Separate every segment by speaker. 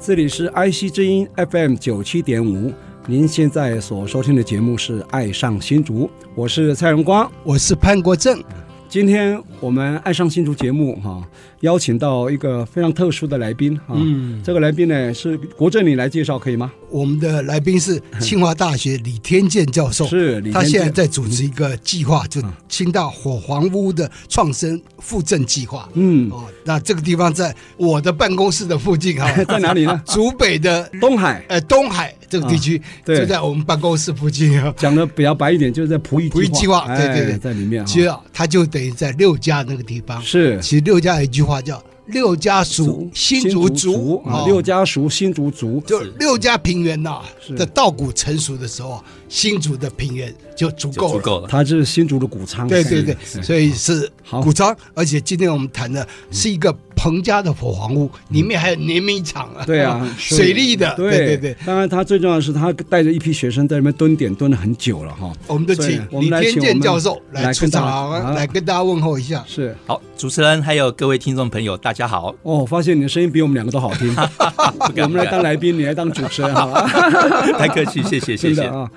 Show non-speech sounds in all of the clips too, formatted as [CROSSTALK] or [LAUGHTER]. Speaker 1: 这里是 IC 之音 FM 九七点五，您现在所收听的节目是《爱上新竹》，我是蔡荣光。
Speaker 2: 我是潘国正，
Speaker 1: 今天我们《爱上新竹》节目哈、邀请到一个非常特殊的来宾哈、
Speaker 2: 嗯
Speaker 1: 这个来宾呢是国政，你来介绍可以吗？
Speaker 2: 我们的来
Speaker 1: [LAUGHS]
Speaker 2: 宾是清华大学李天健教授，
Speaker 1: 是李
Speaker 2: 他
Speaker 1: 天
Speaker 2: 现在
Speaker 1: 健
Speaker 2: 在组织一个计划，就清大火黄屋的创生复振计划。 [LAUGHS]
Speaker 1: 嗯，
Speaker 2: 哦，那这个地方在我的办公室的附
Speaker 1: [LAUGHS]
Speaker 2: 近啊，
Speaker 1: 在哪里
Speaker 2: [LAUGHS]
Speaker 1: 呢？
Speaker 2: 竹北的
Speaker 1: 东海
Speaker 2: 呃东海这个地区，
Speaker 1: 啊对
Speaker 2: 就在我们办公室附近啊。
Speaker 1: 讲的比较白一点，就是在璞玉
Speaker 2: 不一计划，对对
Speaker 1: 哎
Speaker 2: 对，
Speaker 1: 在里面
Speaker 2: 其实
Speaker 1: 哈、
Speaker 2: 啊，他就等于在六家那个地方。
Speaker 1: 是
Speaker 2: 其实六家有一句话叫“六家属新
Speaker 1: 族
Speaker 2: 竹族”，
Speaker 1: 啊，
Speaker 2: 哦
Speaker 1: 六家熟新竹族，
Speaker 2: 就六家平原呐、
Speaker 1: 是
Speaker 2: 的稻谷成熟的时候啊，新竹的平原就足
Speaker 3: 就
Speaker 2: 够
Speaker 3: 足
Speaker 2: 了。
Speaker 3: 够了。
Speaker 1: 它是新竹的谷仓，
Speaker 2: 对对对，
Speaker 1: 是
Speaker 2: 所以是
Speaker 1: 好
Speaker 2: 谷仓，而且今天我们谈的是一个彭家的火黄屋，里面还有碾米厂
Speaker 1: [LAUGHS]
Speaker 2: 啊，，
Speaker 1: 对啊
Speaker 2: [LAUGHS]
Speaker 1: 所以
Speaker 2: 水利的，对对对。
Speaker 1: 当然，他最重要的是，他带着一批学生在那边蹲点蹲了很久了哈。
Speaker 2: 我们就
Speaker 1: 所以
Speaker 2: 请
Speaker 1: 我
Speaker 2: 李
Speaker 1: 们来
Speaker 2: 天
Speaker 1: 请我
Speaker 2: 健
Speaker 1: 们
Speaker 2: 教授来
Speaker 1: 来
Speaker 2: 出
Speaker 1: 跟大家
Speaker 2: 场
Speaker 1: 啊
Speaker 2: 啊，来跟大家问候一下。
Speaker 1: 是
Speaker 3: 好，主持人还有各位听众朋友，大家好。
Speaker 1: 哦，我发现你的声音比我们两个都好
Speaker 2: [LAUGHS]
Speaker 1: 听。
Speaker 3: 不
Speaker 1: 啊我
Speaker 3: 敢
Speaker 1: 们来当，来宾，你来当主持人好吧？
Speaker 3: 不敢 [LAUGHS] 太客气，
Speaker 1: [LAUGHS]
Speaker 3: 谢谢谢
Speaker 1: 真
Speaker 3: 谢
Speaker 1: 的。啊。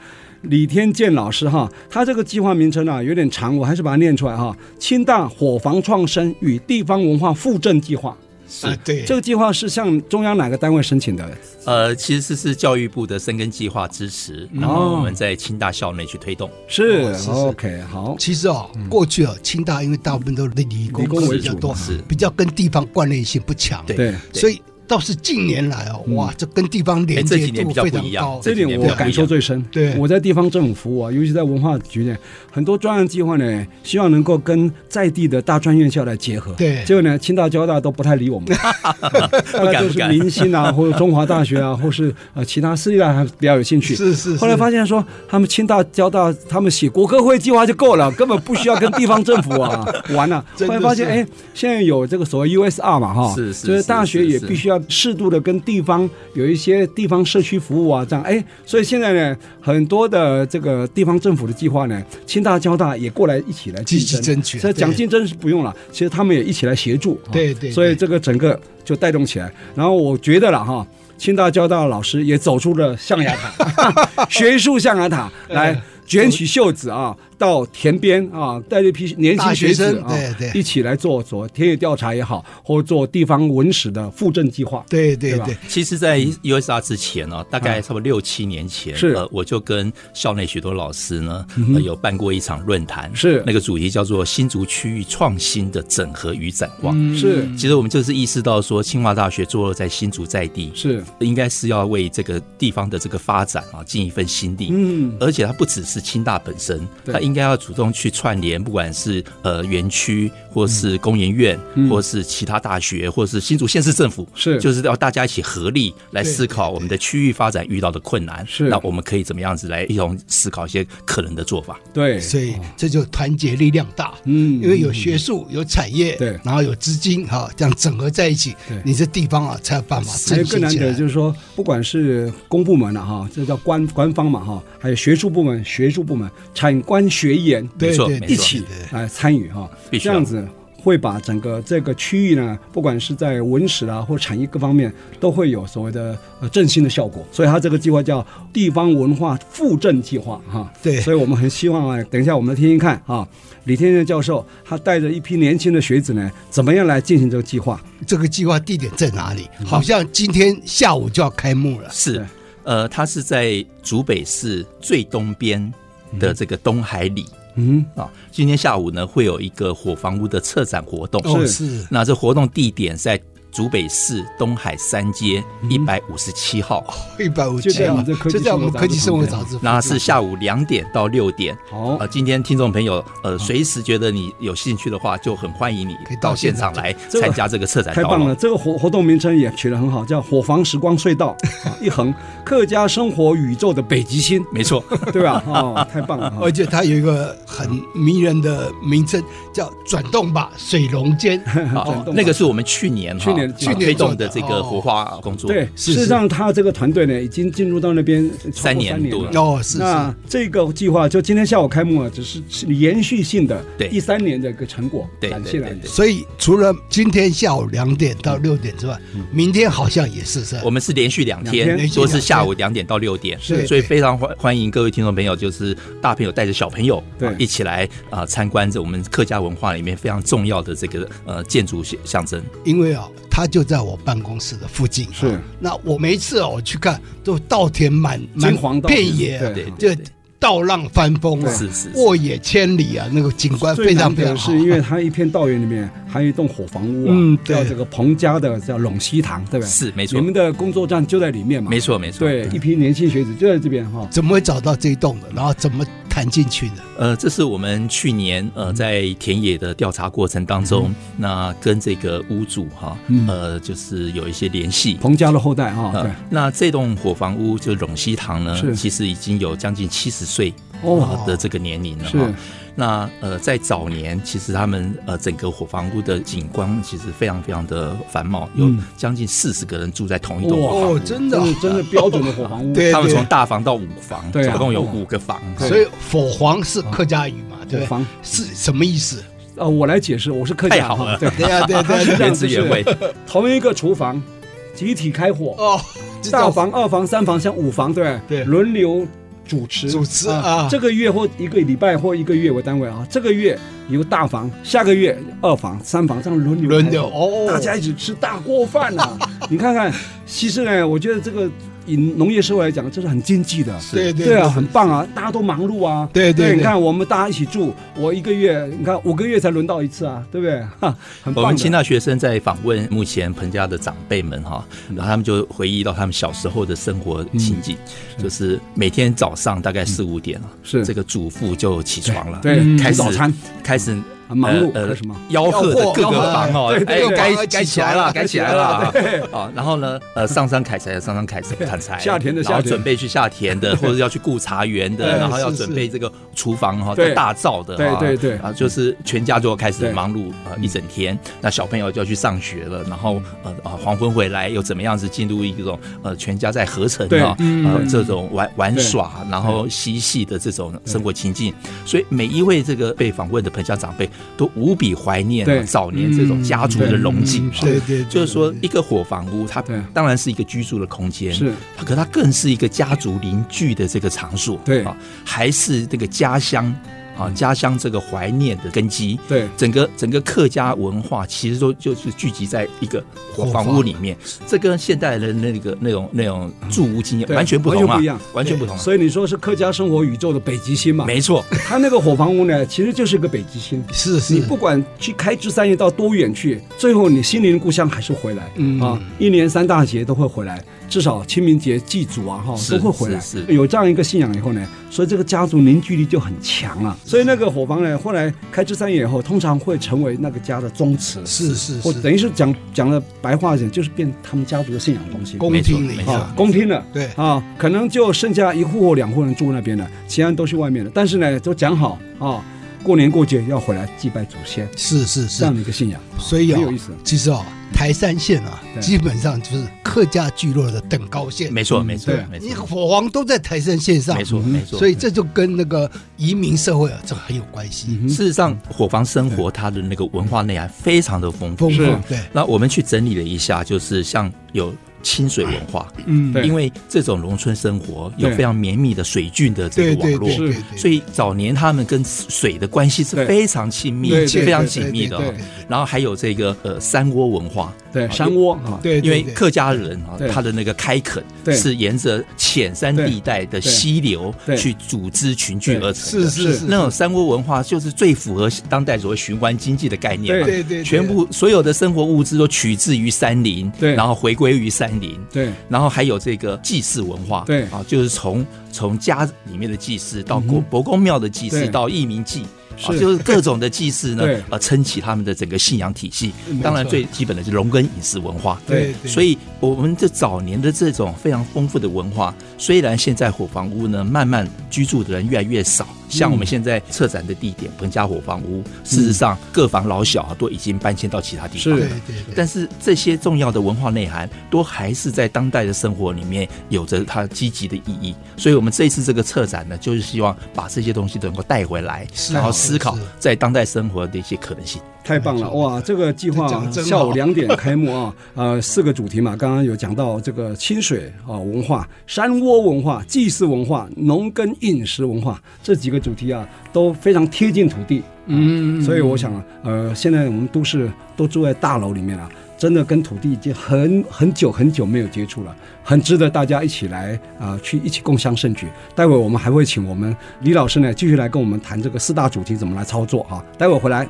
Speaker 1: 李天健老师哈，他这个计划名称啊有点长，我还是把它念出来哈。清大伙房创生与地方文化复振计划，
Speaker 2: 啊，对哦
Speaker 1: 这，个计划是向中央哪个单位申请的？
Speaker 3: 呃，其实是教育部的生根计划支持，
Speaker 1: 嗯
Speaker 3: 然后我们在清大校内去推动。
Speaker 1: 是
Speaker 2: 哦是是
Speaker 1: OK 好，
Speaker 2: 其实啊，过去啊，清大因为大部分都是理工
Speaker 1: 理工嗯为
Speaker 2: 比较
Speaker 1: 主
Speaker 2: 多
Speaker 3: 是，
Speaker 2: 比较跟地方关联性不强。
Speaker 3: 对
Speaker 1: 对嗯
Speaker 2: 所以倒是近年来哦，哇，这跟地方连
Speaker 3: 哎这
Speaker 2: 接
Speaker 3: 几年
Speaker 2: 度
Speaker 3: 比较
Speaker 2: 非
Speaker 3: 不
Speaker 2: 常
Speaker 3: 一样
Speaker 2: 高。
Speaker 1: 这
Speaker 3: 这
Speaker 1: 点
Speaker 3: 几年
Speaker 1: 我
Speaker 3: 比较
Speaker 1: 感
Speaker 3: 不一
Speaker 1: 受
Speaker 3: 样
Speaker 1: 最深。
Speaker 2: 对
Speaker 1: 我在地方政府服务啊，尤其在文化局呢，很多专案计划呢，希望能够跟在地的大专院校来结合。
Speaker 2: 对
Speaker 1: 结果呢，清大、交大都不太理
Speaker 3: [LAUGHS]
Speaker 1: 我们，大家
Speaker 3: 敢
Speaker 1: 就
Speaker 3: 不
Speaker 1: 是
Speaker 3: 敢
Speaker 1: 明星啊，或者中华大学啊，或是呃其他私立大学比较有兴趣。
Speaker 2: 是是是
Speaker 1: 后来发现说，他们清大、交大，他们写国科会计划就够了，根本不需要跟地方政府
Speaker 2: [LAUGHS]
Speaker 1: 啊玩了、后
Speaker 2: 真的
Speaker 1: 来发现，
Speaker 2: 是
Speaker 1: 哎，现在有这个所谓 USR 嘛，哈，
Speaker 3: 是是
Speaker 1: 就是
Speaker 3: 是
Speaker 1: 大学
Speaker 3: 是
Speaker 1: 也
Speaker 3: 是
Speaker 1: 必须要适度的跟地方有一些地方社区服务啊，这样，哎，所以现在呢，很多的这个地方政府的计划呢，清大、交大也过来一起来
Speaker 2: 积
Speaker 1: 竞
Speaker 2: 极
Speaker 1: 争。
Speaker 2: 争取。
Speaker 1: 所以讲
Speaker 2: 对
Speaker 1: 竞争是不用了，其实他们也一起来协助。啊
Speaker 2: 对对
Speaker 1: 所以
Speaker 2: 对
Speaker 1: 这个整个就带动起来。然后我觉得了哈，清大、交大的老师也走出了象牙
Speaker 2: [LAUGHS]
Speaker 1: 塔，学术象牙塔，来卷起袖子啊，到田边啊，带着一批年轻
Speaker 2: 大
Speaker 1: 学
Speaker 2: 学
Speaker 1: 子
Speaker 2: 生
Speaker 1: 啊，
Speaker 2: 对对
Speaker 1: 一起来做做田野调查也好，或做地方文史的复振计划。
Speaker 2: 对
Speaker 1: 对
Speaker 2: 对
Speaker 1: 吧
Speaker 2: 对，
Speaker 3: 其实，在 USR 之前呢、大概差不多六七年前，
Speaker 1: 是嗯
Speaker 3: 呃，我就跟校内许多老师呢、呃有办过一场论坛，
Speaker 1: 是
Speaker 3: 那个主题叫做“新竹区域创新的整合与展望”
Speaker 2: 嗯
Speaker 1: 是
Speaker 3: 其实我们就是意识到说，清华大学坐落在新竹在地，
Speaker 1: 是，
Speaker 3: 应该是要为这个地方的这个发展啊尽一份心力。
Speaker 1: 嗯，
Speaker 3: 而且它不只是清大本身，
Speaker 1: 对
Speaker 3: 它应该要主动去串联，不管是呃园区，或
Speaker 1: 嗯
Speaker 3: 是工研院，或是其他大学，或是新竹县市政府，
Speaker 1: 是
Speaker 3: 就是要大家一起合力来
Speaker 2: 对
Speaker 3: 思考我们的区域发展遇到的困难，
Speaker 1: 是
Speaker 3: 那我们可以怎么样子来一同思考一些可能的做法？
Speaker 1: 对，
Speaker 2: 所以这就团结力量大。
Speaker 1: 哦嗯
Speaker 2: 因为有学术、有产业，
Speaker 1: 对
Speaker 2: 然后有资金，哈，这样整合在一起
Speaker 1: 对，
Speaker 2: 你这地方啊才有办法
Speaker 1: 还有更
Speaker 2: 振兴
Speaker 1: 难
Speaker 2: 起
Speaker 1: 得
Speaker 2: 来
Speaker 1: 的。就是说，不管是公部门了、啊哈，这叫官官方嘛哈，还有学术部门、学术部门、产官学研
Speaker 2: 对
Speaker 3: 没错
Speaker 2: 对，
Speaker 3: 没
Speaker 2: 对
Speaker 3: 错
Speaker 1: 一起
Speaker 2: 对对
Speaker 1: 来参与哈，
Speaker 3: 必须
Speaker 1: 这
Speaker 3: 要
Speaker 1: 样子会把整个这个区域呢，不管是在文史啊或产业各方面，都会有所谓的呃振兴的效果。所以它这个计划叫地方文化复振计划哈。
Speaker 2: 对
Speaker 1: 所以我们很希望啊，等一下我们听听看啊，李天健教授他带着一批年轻的学子呢，怎么样来进行这个计划？
Speaker 2: 这个计划地点在哪里？
Speaker 1: 嗯
Speaker 2: 好像今天下午就要开幕了。
Speaker 3: 是
Speaker 1: 对，
Speaker 3: 呃，它是在竹北市最东边的这个东海里
Speaker 1: 嗯，
Speaker 3: 啊、今天下午呢会有一个火房屋的策展活动，
Speaker 2: 哦，
Speaker 1: 是
Speaker 2: 是
Speaker 3: 那这活动地点在竹北市东海三街
Speaker 1: 嗯
Speaker 3: 一百五十七号，
Speaker 1: 哦
Speaker 2: 一百五
Speaker 1: 就
Speaker 2: 七
Speaker 1: 在我
Speaker 2: 啊
Speaker 1: 们这，科技
Speaker 2: 就在我
Speaker 1: 生
Speaker 2: 们
Speaker 1: 活杂志
Speaker 2: 科技生活
Speaker 1: 旁边
Speaker 2: 杂志，
Speaker 3: [LAUGHS]
Speaker 2: 啊
Speaker 3: 那是下午两点到六点。
Speaker 1: 好
Speaker 3: 呃，，今天听众朋友，
Speaker 1: 哦
Speaker 3: 呃，随时觉得你有兴趣的话，就很欢迎你
Speaker 2: 可以到
Speaker 3: 到现
Speaker 2: 现场
Speaker 3: 场来
Speaker 1: 这个
Speaker 3: 参加这个策展
Speaker 1: 太
Speaker 3: 导
Speaker 1: 棒
Speaker 3: 览
Speaker 1: 了！。这个活活动名称也取得很好，叫“火房时光隧道”，啊一横客家生活宇宙的北极星，[LAUGHS]
Speaker 3: 没错，
Speaker 1: 对吧？哦，太棒了！
Speaker 2: 而
Speaker 1: 哦
Speaker 2: 且它有一个很迷人的名称，叫“转动吧水龙
Speaker 1: [LAUGHS]
Speaker 2: 间
Speaker 3: 好，那个是我们去年哈
Speaker 1: 去年去
Speaker 3: 啊
Speaker 2: 年
Speaker 3: 推动
Speaker 2: 做的
Speaker 3: 的这个
Speaker 2: 哦
Speaker 3: 活化工作。
Speaker 1: 对，事
Speaker 2: 是
Speaker 1: 实
Speaker 2: 是
Speaker 1: 上他这个团队呢，已经进入到那边超过
Speaker 3: 三年
Speaker 1: 年
Speaker 3: 多
Speaker 1: 了”。。
Speaker 2: 哦，是是
Speaker 1: 那这个计划就今天下午开幕了，只是是延续性的，
Speaker 3: 对
Speaker 1: 一三年的一个成果
Speaker 3: 对
Speaker 1: 展现来
Speaker 3: 对对。对
Speaker 2: 所以除了今天下午两点到六点之外，
Speaker 1: 嗯
Speaker 2: 明天好像也是是吧
Speaker 3: 我们是连续两
Speaker 1: 两
Speaker 3: 天
Speaker 2: 天，
Speaker 3: 都是下午两点到六点，
Speaker 2: 是
Speaker 3: 所以非常欢欢迎各位听众朋友，就是大朋友带着小朋友，
Speaker 1: 对
Speaker 3: 啊一起来啊参观着我们客家文化里面非常重要的这个呃建筑象象征。
Speaker 2: 因为啊、它就在我办公室的附近、啊。
Speaker 1: 是，
Speaker 2: 那我每一次哦，我去看都稻田满满
Speaker 1: 金黄稻田
Speaker 2: 遍野啊，
Speaker 1: 对
Speaker 3: 对，
Speaker 2: 就
Speaker 3: 对对
Speaker 2: 稻浪翻风啊，
Speaker 3: 是是是
Speaker 2: 沃野千里啊，那个景观
Speaker 1: 最
Speaker 2: 非常
Speaker 1: 难
Speaker 2: 非
Speaker 1: 得
Speaker 2: 常
Speaker 1: 的
Speaker 2: 好。
Speaker 1: 是因为它一片稻园里面还有一栋火房屋啊，
Speaker 2: 嗯对
Speaker 1: 叫这个彭家的叫陇西堂，对不对？
Speaker 3: 是没
Speaker 1: 你
Speaker 3: 错，
Speaker 1: 们的工作站就在里面嘛？
Speaker 3: 没错没错。嗯
Speaker 1: 对，一批年轻学子就在这边哈。
Speaker 2: [LAUGHS] 怎么会找到这一栋的，然后怎么谈进去的？
Speaker 3: 呃，这是我们去年
Speaker 1: 嗯
Speaker 3: 呃在田野的调查过程当中，那跟这个屋主哈，
Speaker 1: 嗯
Speaker 3: 呃，就是有一些联系。
Speaker 1: 彭家的后代啊，
Speaker 3: 呃
Speaker 1: 对，
Speaker 2: 嗯
Speaker 3: 那这栋火房屋就陇西堂
Speaker 1: 是
Speaker 3: 呢，其实已经有将近七十岁
Speaker 1: 哦
Speaker 3: 呃的这个年龄了
Speaker 1: 是
Speaker 3: 哈。那呃，在早年，其实他们呃整个火房屋的景观其实非常非常的繁茂，有
Speaker 1: 嗯
Speaker 3: 将近四十个人住在同一栋
Speaker 1: 哇
Speaker 3: 火房屋。
Speaker 2: 真
Speaker 1: 这是哦
Speaker 2: [LAUGHS]
Speaker 1: 真的啊标准的火房屋。
Speaker 2: 对
Speaker 3: 他们从大房到五房，
Speaker 1: 对啊
Speaker 3: 总共有五个房。
Speaker 1: 对啊
Speaker 2: 所以火黄是客家语嘛，对
Speaker 1: 火
Speaker 2: 不对？
Speaker 1: 房
Speaker 2: 是什么意思？
Speaker 1: 啊，我来解释，我是客
Speaker 3: 太
Speaker 1: 家
Speaker 3: 好
Speaker 1: 哈
Speaker 3: 了，
Speaker 1: 对，
Speaker 2: 对呀、对呀、对呀、
Speaker 3: 原汁原味。
Speaker 1: 同一个厨房，集体开火，
Speaker 2: [LAUGHS] 哦，知道
Speaker 1: 大房、二房、三房像五房，对不
Speaker 2: 对
Speaker 1: 轮流主持，
Speaker 2: 主持啊
Speaker 1: 这个月或一个礼拜或一个月为单位啊，这个月由大房，下个月二房、三房这样轮流
Speaker 2: 轮
Speaker 1: 开
Speaker 2: 流
Speaker 1: 火
Speaker 2: 哦，
Speaker 1: 大家一起吃大锅饭
Speaker 2: [LAUGHS]
Speaker 1: 呐、你看看，其实呢，我觉得这个以农业社会来讲，这是很经济的。
Speaker 2: 对对
Speaker 1: 对啊，很棒啊，大家都忙碌啊。
Speaker 2: 对对对
Speaker 1: 你看我们大家一起住，我一个月，你看五个月才轮到一次啊，对不对？哈，很棒啊的。
Speaker 3: 我们清大学生在访问目前彭家的长辈们哈，
Speaker 1: 嗯
Speaker 3: 然后他们就回忆到他们小时候的生活情景，
Speaker 1: 嗯
Speaker 3: 就是每天早上大概四五点啊，
Speaker 1: 是
Speaker 3: 这个祖父就起床了，
Speaker 1: 对
Speaker 3: 嗯
Speaker 1: 吃
Speaker 3: 开始
Speaker 1: 早餐
Speaker 3: 开始
Speaker 1: 很忙碌
Speaker 3: 呃
Speaker 1: 还有什么
Speaker 3: 吆喝的各
Speaker 2: 吆喝
Speaker 3: 个房哦
Speaker 2: 对，
Speaker 3: 哎
Speaker 2: 对对
Speaker 3: 该
Speaker 2: 对
Speaker 3: 该起来了，
Speaker 2: 该
Speaker 3: 该
Speaker 2: 起
Speaker 3: 起
Speaker 2: 来
Speaker 3: 来
Speaker 2: 了
Speaker 3: 了，哦，然后呢，呃，上山砍柴的上山砍柴，砍柴，
Speaker 1: 下田的下田
Speaker 3: 然后准备去下田的，或者要去顾茶园的
Speaker 2: 对，
Speaker 3: 然后要
Speaker 2: 是是
Speaker 3: 准备这个厨房哈，
Speaker 1: 对
Speaker 3: 大灶的哈，
Speaker 1: 对对对
Speaker 3: 啊，就是全家就要开
Speaker 1: 对
Speaker 3: 始忙碌呃一整天，那小朋友就要去上学了，然后呃啊黄昏回来又怎么样子进入一种呃全家在合成
Speaker 1: 对
Speaker 3: 啊呃
Speaker 1: 嗯
Speaker 3: 这种玩玩
Speaker 1: 对
Speaker 3: 耍，然后嬉戏的这种生活情境，所以每一位这个被访问的彭家长辈都无比怀念啊
Speaker 1: 对
Speaker 3: 早年这种家族的荣景
Speaker 2: 嗯
Speaker 3: 啊。
Speaker 2: 对对，对
Speaker 3: 就是说，一个火房屋，它
Speaker 1: 对
Speaker 3: 当然是一个居住的空间，
Speaker 1: 是
Speaker 3: 它，可它更是一个家族邻居的这个场所，
Speaker 1: 对嗯
Speaker 3: 啊，还是这个家乡啊，家乡这个怀念的根基，
Speaker 1: 对
Speaker 3: 整个整个客家文化其实都就是聚集在一个火房屋里面，这跟现代人那个那种那种住屋经
Speaker 1: 嗯
Speaker 3: 验
Speaker 1: 对
Speaker 3: 完全不同
Speaker 1: 完全
Speaker 3: 啊
Speaker 1: 不一样，
Speaker 3: 完全不同啊，
Speaker 1: 所以你说是客家生活宇宙的北极星嘛？
Speaker 3: 没错，
Speaker 1: 它那个火房屋呢，其实就是个北极星。
Speaker 2: 是是，
Speaker 1: 你不管去开枝散叶到多远去，最后你心灵的故乡还是回来、
Speaker 2: 嗯
Speaker 1: 啊！一年三大节都会回来，至少清明节、祭祖啊哈
Speaker 3: 是
Speaker 1: 都会回来。
Speaker 3: 是是
Speaker 1: 有这样一个信仰以后呢，所以这个家族凝聚力就很强了。所以那个伙房呢，后来开枝散叶以后，通常会成为那个家的宗祠，
Speaker 2: 是是
Speaker 1: 或
Speaker 2: 是
Speaker 1: 等于是讲讲了白话一点，就是变他们家族的信仰中心。
Speaker 2: 公
Speaker 3: 没错
Speaker 2: 厅里
Speaker 3: 没错
Speaker 2: 啊
Speaker 1: 啊，，公厅了，
Speaker 2: 对
Speaker 1: 啊，可能就剩下一户或两户人住那边了，其他人都去外面了。但是呢，都讲好啊，过年过节要回来祭拜祖先，
Speaker 2: 是是
Speaker 1: 这
Speaker 2: 是
Speaker 1: 样，的一个信仰，
Speaker 2: 所以啊
Speaker 1: 很有意思。
Speaker 2: 其实啊，台山县啊，
Speaker 1: 对
Speaker 2: 基本上就是客家聚落的等高线，
Speaker 3: 没错，没错
Speaker 1: 嗯对，
Speaker 3: 没
Speaker 2: 你
Speaker 3: 错，
Speaker 2: 火王都在台山县上，
Speaker 3: 没错，没错，
Speaker 2: 所以这就跟那个移民社会啊，这很有关系，
Speaker 1: 嗯
Speaker 3: 事实上，火房生活它的
Speaker 2: 嗯
Speaker 3: 那个文化内涵非常的丰富
Speaker 2: 丰。富
Speaker 1: 是
Speaker 2: 对
Speaker 3: 那我们去整理了一下，就是像有清水文化，
Speaker 2: 嗯
Speaker 1: 对
Speaker 3: 因为这种农村生活有
Speaker 1: 对
Speaker 3: 非常绵密的水郡的
Speaker 2: 对
Speaker 3: 这个网
Speaker 2: 对
Speaker 3: 络
Speaker 2: 对，对，对
Speaker 3: 所以早年他们跟水的关系是
Speaker 1: 对
Speaker 3: 非常亲密、
Speaker 1: 对
Speaker 3: 是
Speaker 1: 对
Speaker 3: 非常
Speaker 2: 对
Speaker 3: 紧密的
Speaker 2: 对
Speaker 3: 哦
Speaker 2: 对对。
Speaker 3: 然后还有这个呃山窝文化，
Speaker 1: 对山窝啊，
Speaker 2: 对，
Speaker 3: 因
Speaker 2: 对
Speaker 3: 为
Speaker 2: 对
Speaker 3: 客家人啊
Speaker 1: 对，
Speaker 3: 他的那个开垦
Speaker 1: 对
Speaker 3: 是沿着浅山地带的溪流
Speaker 1: 对对
Speaker 3: 去组织群聚而成
Speaker 2: 是
Speaker 3: 的。
Speaker 2: 是
Speaker 1: 是
Speaker 2: 是
Speaker 3: 那种山窝文化就是最符合当代所谓循环经济的概念嘛，
Speaker 2: 对对对
Speaker 3: 全部所有的生活物资都取自于山林，
Speaker 1: 对
Speaker 3: 然后回归于山林，
Speaker 1: 对
Speaker 3: 然后还有这个祭祀文化，
Speaker 1: 对
Speaker 3: 啊，就是从从家里面的祭祀到
Speaker 2: 嗯
Speaker 3: 国伯公庙的祭
Speaker 1: 对
Speaker 3: 祀到义民祭。啊
Speaker 1: 是
Speaker 3: 就是各种的祭
Speaker 2: [LAUGHS]
Speaker 3: 祀呢
Speaker 1: 对，
Speaker 3: 呃，撑起他们的整个信仰体系
Speaker 2: 嗯。
Speaker 3: 当然，
Speaker 2: 没错
Speaker 3: 最基本的是农耕饮食文化。
Speaker 2: 对，对
Speaker 3: 所以我们这早年的这种非常丰富的文化，虽然现在火房屋呢慢慢居住的人越来越少，像我们现在策展的地点彭家火房
Speaker 2: 嗯
Speaker 3: 屋，事实上各房老小啊都已经搬迁到其他地方
Speaker 1: 是
Speaker 3: 了
Speaker 2: 对。对对，
Speaker 3: 但是这些重要的文化内涵，都还是在当代的生活里面有着它积极的意义。所以，我们这一次这个策展呢，就是希望把这些东西都能够带回来，
Speaker 2: 是
Speaker 3: 然后
Speaker 2: 啊
Speaker 3: 思考
Speaker 2: 是
Speaker 3: 在当代生活的一些可能性。
Speaker 1: 太棒了哇！这个计划
Speaker 2: 这讲真好
Speaker 1: 下午两点开幕啊， [LAUGHS] 呃，四个主题嘛，刚刚有讲到这个清水啊、文化、山窝文化、祭祀文化、农耕饮食文化这几个主题啊，都非常贴近土地。啊
Speaker 2: 嗯
Speaker 1: 所以我想啊，呃，现在我们都市都住在大楼里面啊，真的跟土地已经很很久很久没有接触了，很值得大家一起来啊、去一起共襄盛举。待会我们还会请我们李老师呢，继续来跟我们谈这个四大主题怎么来操作啊。待会回来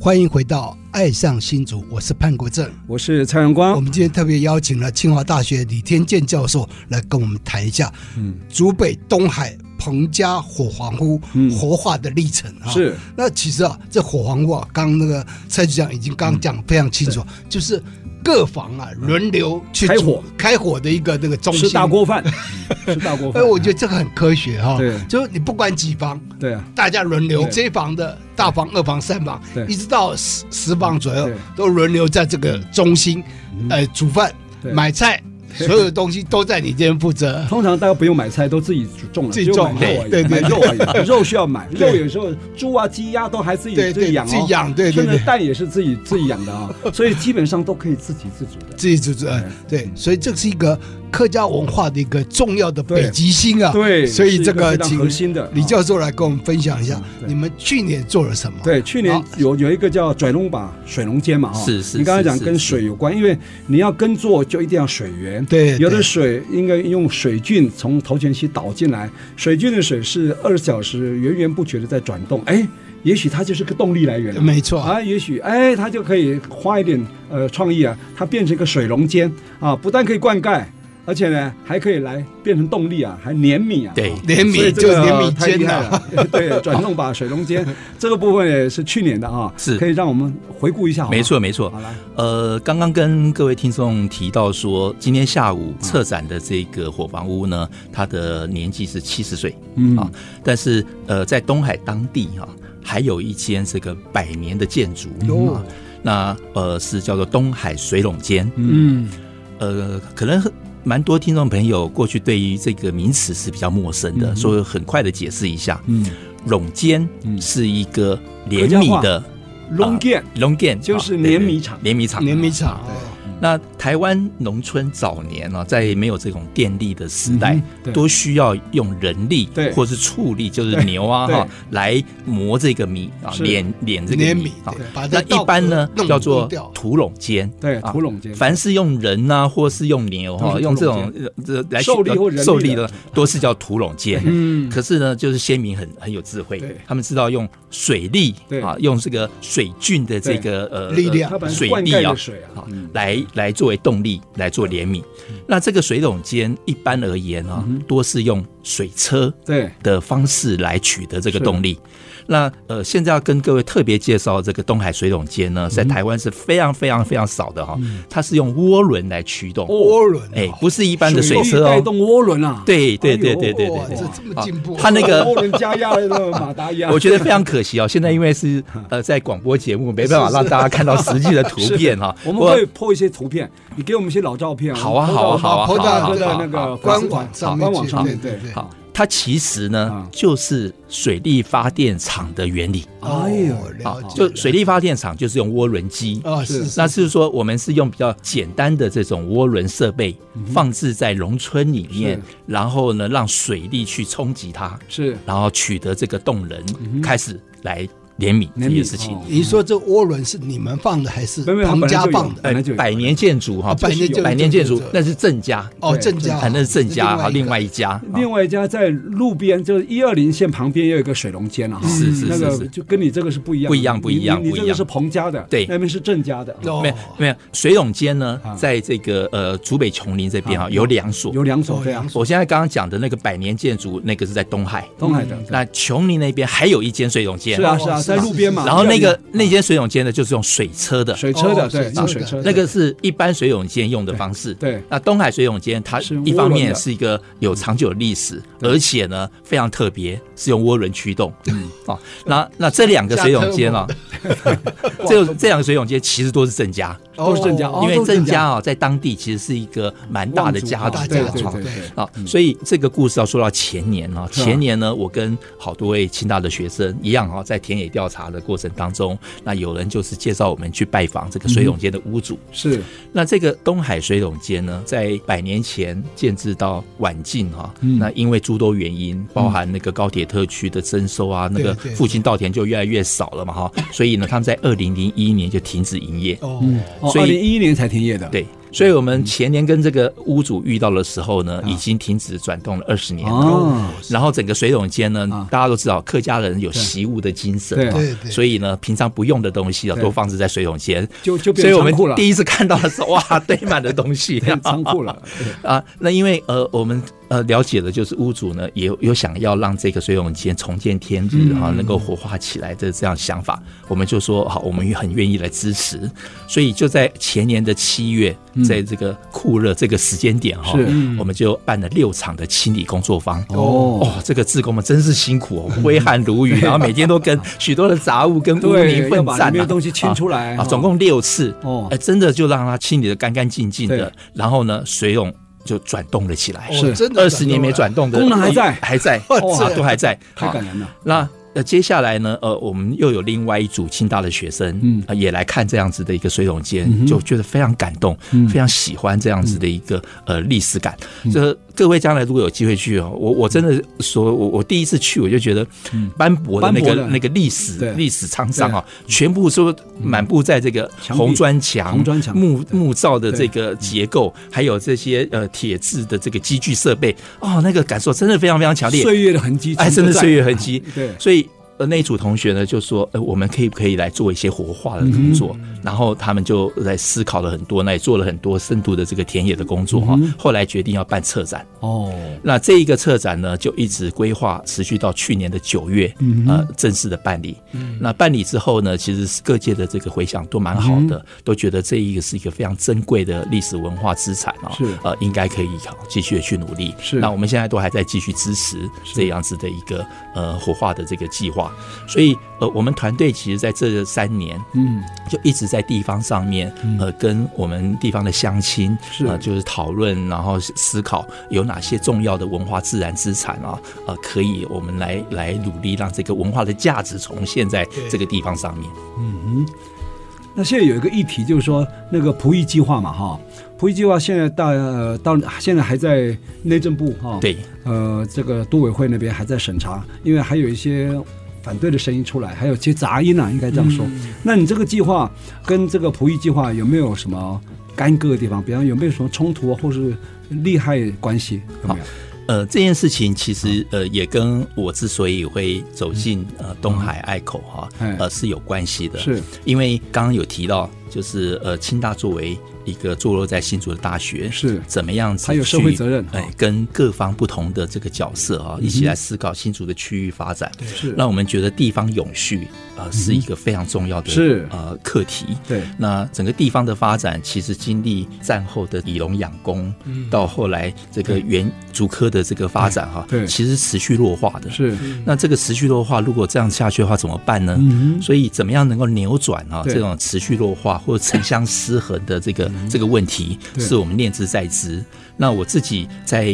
Speaker 2: 欢迎回到《爱上新竹》，我是潘国正。
Speaker 1: 我是蔡阳光
Speaker 2: 我，们今天特别邀请了清华大学李天健教授来跟我们谈一下
Speaker 1: 嗯，
Speaker 2: 竹北东海彭家火房屋
Speaker 1: 嗯
Speaker 2: 活化的历程啊。
Speaker 1: 是
Speaker 2: 那其实啊，这火房屋啊，刚刚那个蔡局长已经刚刚讲得非常清楚，就是各房啊轮流去
Speaker 1: 嗯开
Speaker 2: 煮
Speaker 1: 火
Speaker 2: 开火的一个那个中心
Speaker 1: 吃。大锅
Speaker 2: [LAUGHS]
Speaker 1: 饭，吃大锅
Speaker 2: 哎，
Speaker 1: 饭。
Speaker 2: 我觉得这个很科学哈、
Speaker 1: 对
Speaker 2: 就是你不管几房，
Speaker 1: 对啊，
Speaker 2: 大家轮流
Speaker 1: 对
Speaker 2: 这一房的大房、二房、三房
Speaker 1: 对，
Speaker 2: 一直到十十房左右
Speaker 1: 对，嗯
Speaker 2: 都轮流在这个中心，呃，煮饭、
Speaker 1: 对
Speaker 2: 买菜，所有东西都在你这边
Speaker 1: [LAUGHS]
Speaker 2: 负责。
Speaker 1: 通常大家不用买菜，都自己种了，
Speaker 2: 自己种
Speaker 1: 只有买肉而已
Speaker 2: 对对
Speaker 1: 买肉
Speaker 2: [LAUGHS]
Speaker 1: 而已，肉需要买，肉
Speaker 2: 对
Speaker 1: 有时候猪啊、鸡鸭都还自己
Speaker 2: 对
Speaker 1: 自己
Speaker 2: 对，
Speaker 1: 养哦，
Speaker 2: 自己养，对对
Speaker 1: 甚至
Speaker 2: 对，
Speaker 1: 蛋也是自己自己养的啊、所以基本上都可以自给自足的。
Speaker 2: 自己组织，呃对，所以这是一个客家文化的一个重要的
Speaker 1: 对
Speaker 2: 北极星啊。
Speaker 1: 对，
Speaker 2: 所
Speaker 1: 是
Speaker 2: 以
Speaker 1: 一
Speaker 2: 这
Speaker 1: 个
Speaker 2: 个
Speaker 1: 非常
Speaker 2: 请
Speaker 1: 核心的
Speaker 2: 李教授来跟我们分享一下
Speaker 1: 嗯，对
Speaker 2: 你们去年做了什么？
Speaker 1: 对，去年
Speaker 2: 好
Speaker 1: 有有一个叫拽龙把水龙间嘛，哈，
Speaker 3: 是是
Speaker 1: 你刚才讲
Speaker 3: 是
Speaker 1: 跟
Speaker 3: 是
Speaker 1: 水有关，因为你要耕作就一定要水源。
Speaker 2: 对
Speaker 1: 有的
Speaker 2: 对
Speaker 1: 水应该用水郡从头前溪导进来，水郡的水是二十小时源源不绝的在转动，哎，也许它就是个动力来源啊、
Speaker 2: 没错，
Speaker 1: 啊，也许哎，它就可以花一点呃创意啊，它变成一个水龙间啊，不但可以灌溉，而且呢还可以来变成动力啊，还碾米啊，
Speaker 3: 对
Speaker 1: 啊
Speaker 2: 怜
Speaker 1: 所
Speaker 2: 悯
Speaker 1: 以这
Speaker 2: 就
Speaker 1: 个
Speaker 2: 怜悯
Speaker 3: 啊
Speaker 1: 太
Speaker 2: 间
Speaker 1: 厉害
Speaker 2: 呐。
Speaker 1: 了， [LAUGHS] 对，转动把水龙
Speaker 3: [LAUGHS]
Speaker 1: 间这个部分也是去年的啊，
Speaker 3: 是
Speaker 1: 可以让我们回顾一下，好吗
Speaker 3: 没，错，没错
Speaker 1: 好。来，
Speaker 3: 呃，刚刚跟各位听众提到说，今天下午策展的这个火房屋呢，它的年纪是七十岁，
Speaker 1: 嗯
Speaker 3: 啊，但是呃，在东海当地哈、还有一间这个百年的建筑，
Speaker 1: 哦
Speaker 2: 哟，
Speaker 3: 那呃是叫做东海水垄间，
Speaker 2: 嗯，
Speaker 3: 呃，可能很蛮多听众朋友过去对于这个名词是比较陌生的，所以很快的解释一下，
Speaker 1: 嗯，
Speaker 3: 垄间
Speaker 1: 嗯
Speaker 3: 是一个碾米的
Speaker 1: 龙啊间
Speaker 3: 垄间，
Speaker 1: 就是
Speaker 3: 啊对对
Speaker 1: 碾米厂
Speaker 3: 啊碾米厂，
Speaker 2: 怜悯场，
Speaker 3: 那台湾农村早年呢、在没有这种电力的时代
Speaker 1: 嗯，对
Speaker 3: 都需要用人力
Speaker 1: 对
Speaker 3: 或是畜力，就是牛啊
Speaker 1: 对
Speaker 3: 哈来磨这个米啊，
Speaker 1: 是
Speaker 3: 碾碾这个
Speaker 2: 怜
Speaker 3: 米
Speaker 2: 悯
Speaker 3: 啊。，
Speaker 2: 把它
Speaker 3: 那一般呢
Speaker 2: 稻谷弄
Speaker 3: 叫做
Speaker 1: 哦
Speaker 2: 掉
Speaker 3: 土垄间，
Speaker 1: 对，
Speaker 3: 啊
Speaker 1: 土垄间，
Speaker 3: 凡是用人呐、或是用牛
Speaker 1: 都是
Speaker 3: 哈、
Speaker 1: 土
Speaker 3: 用这
Speaker 1: 垄
Speaker 3: 种呃这来
Speaker 1: 受力或人力的
Speaker 3: 受力的，都是叫土垄间。
Speaker 1: 嗯，
Speaker 3: 可是呢，就是先民很很有智慧
Speaker 1: 对，
Speaker 3: 他们知道用水力
Speaker 1: 对
Speaker 3: 啊，用这个水郡的这个呃
Speaker 2: 力量
Speaker 1: 它本来是
Speaker 3: 水
Speaker 1: 灌
Speaker 3: 力
Speaker 1: 溉
Speaker 3: 啊
Speaker 1: 的，水啊
Speaker 3: 好，来来
Speaker 1: 嗯
Speaker 3: 作为动力来做怜悯。那这个水桶间一般而言啊，多是用水车
Speaker 1: 对，
Speaker 3: 的方式来取得这个
Speaker 1: 是
Speaker 3: 动力。那呃，现在要跟各位特别介绍这个东海水桶街
Speaker 1: 嗯
Speaker 3: 呢，在台湾是非常非常非常少的哈、它是用涡轮来驱动，
Speaker 2: 涡轮，
Speaker 3: 哎、不是一般的水车
Speaker 1: 哦带
Speaker 3: 哦。
Speaker 1: 动涡轮啊，
Speaker 3: 对对对
Speaker 1: 哎呦
Speaker 3: 对对
Speaker 2: 哇
Speaker 3: 对对
Speaker 2: 这这么进步，啊
Speaker 3: 它那个
Speaker 1: 涡轮加压的那个马达一样，
Speaker 3: [LAUGHS] 我觉得非常可惜哦，现在因
Speaker 1: [LAUGHS]
Speaker 3: 为是呃在广播节目，没办法让大家看到实际的图
Speaker 1: [LAUGHS]
Speaker 3: 片哈。
Speaker 1: 我们
Speaker 3: 不过
Speaker 1: 会破一些图片，你给我们一些老照片，
Speaker 3: 好
Speaker 1: 我
Speaker 3: 啊
Speaker 1: 们
Speaker 3: 好啊好啊
Speaker 1: 抛
Speaker 3: 好啊
Speaker 1: 到
Speaker 3: 好啊
Speaker 1: 抛到
Speaker 3: 好啊
Speaker 1: 那
Speaker 3: 好
Speaker 1: 个
Speaker 3: 啊
Speaker 2: 官网上面
Speaker 1: 官网
Speaker 2: 去
Speaker 1: 上面
Speaker 2: 对对对，
Speaker 3: 好，它其实呢
Speaker 1: 嗯
Speaker 3: 就是水力发电厂的原理。
Speaker 1: 哎呦
Speaker 2: 哦，
Speaker 3: 好
Speaker 2: 了，解，
Speaker 3: 就水力发电厂就是用涡轮机。
Speaker 2: 啊，
Speaker 1: 是
Speaker 2: 是
Speaker 3: 那是说，我们是用比较简单的这种涡轮设备放置在农村里面
Speaker 1: 是，
Speaker 3: 然后呢，让水力去冲击它，
Speaker 1: 是
Speaker 3: 然后取得这个动能，开始来怜悯这件事情。
Speaker 1: 哦
Speaker 2: 你说这涡轮是你们放的还是
Speaker 1: 没有没有
Speaker 2: 他们家
Speaker 1: 它本来就有
Speaker 2: 放的？
Speaker 1: 本来就有
Speaker 3: 哎百年建筑哈，
Speaker 2: 啊百年建筑
Speaker 3: 百年建筑
Speaker 2: 对对对
Speaker 3: 那是郑家，
Speaker 2: 哦，
Speaker 1: 对
Speaker 2: 郑家，
Speaker 3: 啊，那是郑家哈，
Speaker 2: 还
Speaker 3: 另外一家，
Speaker 1: 哦另外一家在路边，就是一二零线旁边也有一个水龙间啊，哈
Speaker 3: 哦是是
Speaker 1: 那
Speaker 3: 嗯是
Speaker 1: 个
Speaker 3: 是
Speaker 1: 就跟你这个是不一样的，
Speaker 3: 不一样不一样
Speaker 1: 你你
Speaker 3: 不
Speaker 1: 你
Speaker 3: 一
Speaker 1: 这
Speaker 3: 样
Speaker 1: 个是彭家的，
Speaker 3: 对
Speaker 1: 那边是郑家的，
Speaker 2: 哦
Speaker 3: 没有没有水涌间呢
Speaker 1: 啊，
Speaker 3: 在这个呃竹北琼林这边哈
Speaker 1: 啊
Speaker 3: 有两所，
Speaker 1: 有两所
Speaker 2: 哦
Speaker 1: 这样，
Speaker 3: 我现在刚刚讲的那个百年建筑，那个是在东海，
Speaker 1: 东海的，
Speaker 3: 嗯那琼林那边还有一间水涌间，
Speaker 1: 嗯是啊
Speaker 2: 哦
Speaker 1: 是啊，
Speaker 2: 是
Speaker 1: 在路边嘛，
Speaker 3: 然后那个
Speaker 1: 一二零
Speaker 3: 那间水涌间呢，就是用水车的，
Speaker 1: 水车的，
Speaker 2: 哦
Speaker 1: 对，
Speaker 2: 水车的
Speaker 1: 用水车的，
Speaker 3: 那个是一般水涌间用的方式。
Speaker 1: 对
Speaker 3: 那东海水涌间，它
Speaker 1: 是
Speaker 3: 一方
Speaker 1: 涡轮的
Speaker 3: 面
Speaker 1: 嗯
Speaker 3: 是一个有长久的历史，而且呢非常特别，是用涡轮驱动。嗯， [LAUGHS] 哦，那那这两个水涌间啊， [LAUGHS] 这这两个水涌间其实都是郑家，
Speaker 1: 都是郑家，哦
Speaker 3: 因为
Speaker 1: 都是
Speaker 3: 郑家啊在当地其实是一个蛮大的家
Speaker 1: 望族啊
Speaker 3: 族
Speaker 2: 大
Speaker 1: 对
Speaker 2: 家
Speaker 3: 家
Speaker 1: 对嗯
Speaker 3: 族
Speaker 2: 族。
Speaker 1: 对对
Speaker 2: 对
Speaker 3: 啊，所以这个故事要说到前年啊，
Speaker 1: 是啊
Speaker 3: 前年呢，我跟好多位清大的学生一样啊，在田野调查的过程当中，那有人就是介绍我们去拜访这个水涌间的屋主。
Speaker 1: 是
Speaker 3: 那这个东海水涌间呢，在百年前建制到晚近哈、
Speaker 1: 嗯
Speaker 3: 那因为诸多原因，包含那个高铁特区的征收啊，那
Speaker 2: 对
Speaker 3: 个
Speaker 2: 对
Speaker 3: 附近稻田就越来越少了嘛哈，所以呢，他们在二零零一年就停止营业。
Speaker 2: 哦，
Speaker 1: 哦，
Speaker 3: 所
Speaker 1: 二
Speaker 3: 以
Speaker 1: 零一一年才停业的，
Speaker 3: 对，所以我
Speaker 1: 嗯
Speaker 3: 们前年跟这个屋主遇到的时候呢，已经停止转动了二十年了。
Speaker 1: 啊哦，
Speaker 3: 然后整个水桶间呢，
Speaker 1: 啊
Speaker 3: 大家都知道客家人有习物的精神啊，
Speaker 1: 对
Speaker 2: 对对
Speaker 3: 所以呢，平常不用的东西啊，
Speaker 1: 对
Speaker 3: 都放置在水桶间。
Speaker 1: 就就
Speaker 3: 所
Speaker 1: 变
Speaker 3: 以我
Speaker 1: 仓
Speaker 3: 们
Speaker 1: 库了，
Speaker 3: 第一次看到的时候，哇，堆满了东西、
Speaker 1: 变 [LAUGHS] 仓库
Speaker 3: [LAUGHS]
Speaker 1: 了，
Speaker 3: 啊。那因为呃，我们呃了解的就是屋主呢，也有有想要让这个水桶间重见天日
Speaker 1: 嗯
Speaker 3: 啊，能够活化起来的这样想法，我们就说好，我们也很愿意来支持。所以就在前年的七月，在这个酷热这个时间点哈、
Speaker 1: 嗯是
Speaker 3: 我们就办了六场的清理工作坊。
Speaker 1: 哦
Speaker 3: 哦，这个志工们真是辛苦哦，挥汗
Speaker 1: [LAUGHS]
Speaker 3: 如雨，然后每天都跟许多的杂物跟污泥
Speaker 1: 对，要
Speaker 3: 奋
Speaker 1: 把
Speaker 3: 战、
Speaker 1: 里
Speaker 3: 啊，
Speaker 1: 面的东西清出来
Speaker 3: 啊，总共六次，
Speaker 1: 哦
Speaker 3: 哎，真的就让它清理的干干净净的
Speaker 1: 对，
Speaker 3: 然后呢，水涌就转动了起来，
Speaker 1: 是
Speaker 2: 哦真的
Speaker 3: 二十年没转动的，
Speaker 1: 功能还在 [LAUGHS]
Speaker 3: 还在，
Speaker 2: 哇
Speaker 3: 啊
Speaker 2: 这
Speaker 3: 都还在，
Speaker 1: 太
Speaker 3: 好
Speaker 1: 感人了，
Speaker 3: 那呃，接下来呢，呃，我们又有另外一组清大的学生，
Speaker 1: 嗯
Speaker 3: 呃也来看这样子的一个水桶间，
Speaker 1: 嗯哼
Speaker 3: 就觉得非常感动，
Speaker 1: 嗯
Speaker 3: 非常喜欢这样子的一个、呃历史感。这、各位将来如果有机会去哦，我我真的说，我我第一次去我就觉得斑驳的那
Speaker 1: 嗯斑驳
Speaker 3: 个
Speaker 1: 的
Speaker 3: 那个
Speaker 1: 对
Speaker 3: 历
Speaker 1: 嗯
Speaker 3: 史历史沧桑啊，全部说满布在这个
Speaker 1: 墙壁
Speaker 3: 红砖墙、
Speaker 1: 红砖墙
Speaker 3: 木木造的这个结构，还有这些呃铁质的这个机具设备，哦，那个感受真的非常非常强烈。
Speaker 1: 岁月的痕迹，
Speaker 3: 哎，真的
Speaker 1: 在
Speaker 3: 岁月痕迹。
Speaker 1: [LAUGHS] 对
Speaker 3: 所以呃，那一组同学呢就说，呃，我们可以不可以来做一些活化的工作？
Speaker 1: 嗯
Speaker 3: 然后他们就来思考了很多，那也做了很多深度的这个田野的工作哈、后来决定要办策展，
Speaker 1: 嗯哦，
Speaker 3: 那这一个策展呢，就一直规划持续到去年的九月，
Speaker 1: 嗯哼嗯
Speaker 3: 呃，正式的办理。那办理之后呢，其实是各界的这个回响都蛮好
Speaker 1: 嗯
Speaker 3: 的，都觉得这一个是一个非常珍贵的历史文化资产啊、
Speaker 1: 是
Speaker 3: 呃，应该可以啊继续的去努力。
Speaker 1: 是
Speaker 3: 那我们现在都还在继续支持这样子的一个呃火化的这个计划，所以呃，我们团队其实在这三年，
Speaker 1: 嗯，
Speaker 3: 就一直在地方上面，呃，跟我们地方的乡亲，
Speaker 1: 是
Speaker 3: 呃，就是讨论，然后思考有哪些重要的文化自然资产啊，呃，可以我们来来努力让这个文化的价值重现在这个地方上面。
Speaker 1: 那现在有一个议题，就是说那个仆役计划嘛，哈，仆役计划现在到呃到现在还在内政部哈，，
Speaker 3: 对，
Speaker 1: 呃，这个都委会那边还在审查，因为还有一些反对的声音出来，还有一些杂音啊，应该这样说。
Speaker 3: 嗯
Speaker 1: 那你这个计划跟这个仆役计划有没有什么干戈的地方？比方有没有什么冲突啊，或是利害关系？有没有？
Speaker 3: 呃，这件事情其实呃也跟我之所以会走进呃东海隘口哈
Speaker 1: 嗯，
Speaker 3: 呃是有关系的，
Speaker 1: 是
Speaker 3: 因为刚刚有提到，就是呃清大作为一个坐落在新竹的大学，
Speaker 1: 是
Speaker 3: 怎么样子去？
Speaker 1: 它有社会责任嗯
Speaker 3: 哎，跟各方不同的这个角色啊，一起来思考新竹的区域发展，
Speaker 1: 是
Speaker 3: 让我们觉得地方永续呃是一个非常重要的
Speaker 1: 嗯是
Speaker 3: 呃课题。
Speaker 1: 对
Speaker 3: 那整个地方的发展，其实经历战后的以农养工，
Speaker 1: 嗯
Speaker 3: 到后来这个原竹科的这个发展哈、
Speaker 1: 对对
Speaker 3: 其实持续弱化的。
Speaker 1: 是，
Speaker 3: 那这个持续弱化，如果这样下去的话，怎么办呢？
Speaker 1: 嗯哼，
Speaker 3: 所以，怎么样能够扭转啊
Speaker 1: 对嗯
Speaker 3: 这种持续弱化或城乡失衡的这个这个问题，
Speaker 1: 对
Speaker 3: 是我们念之在之。那我自己在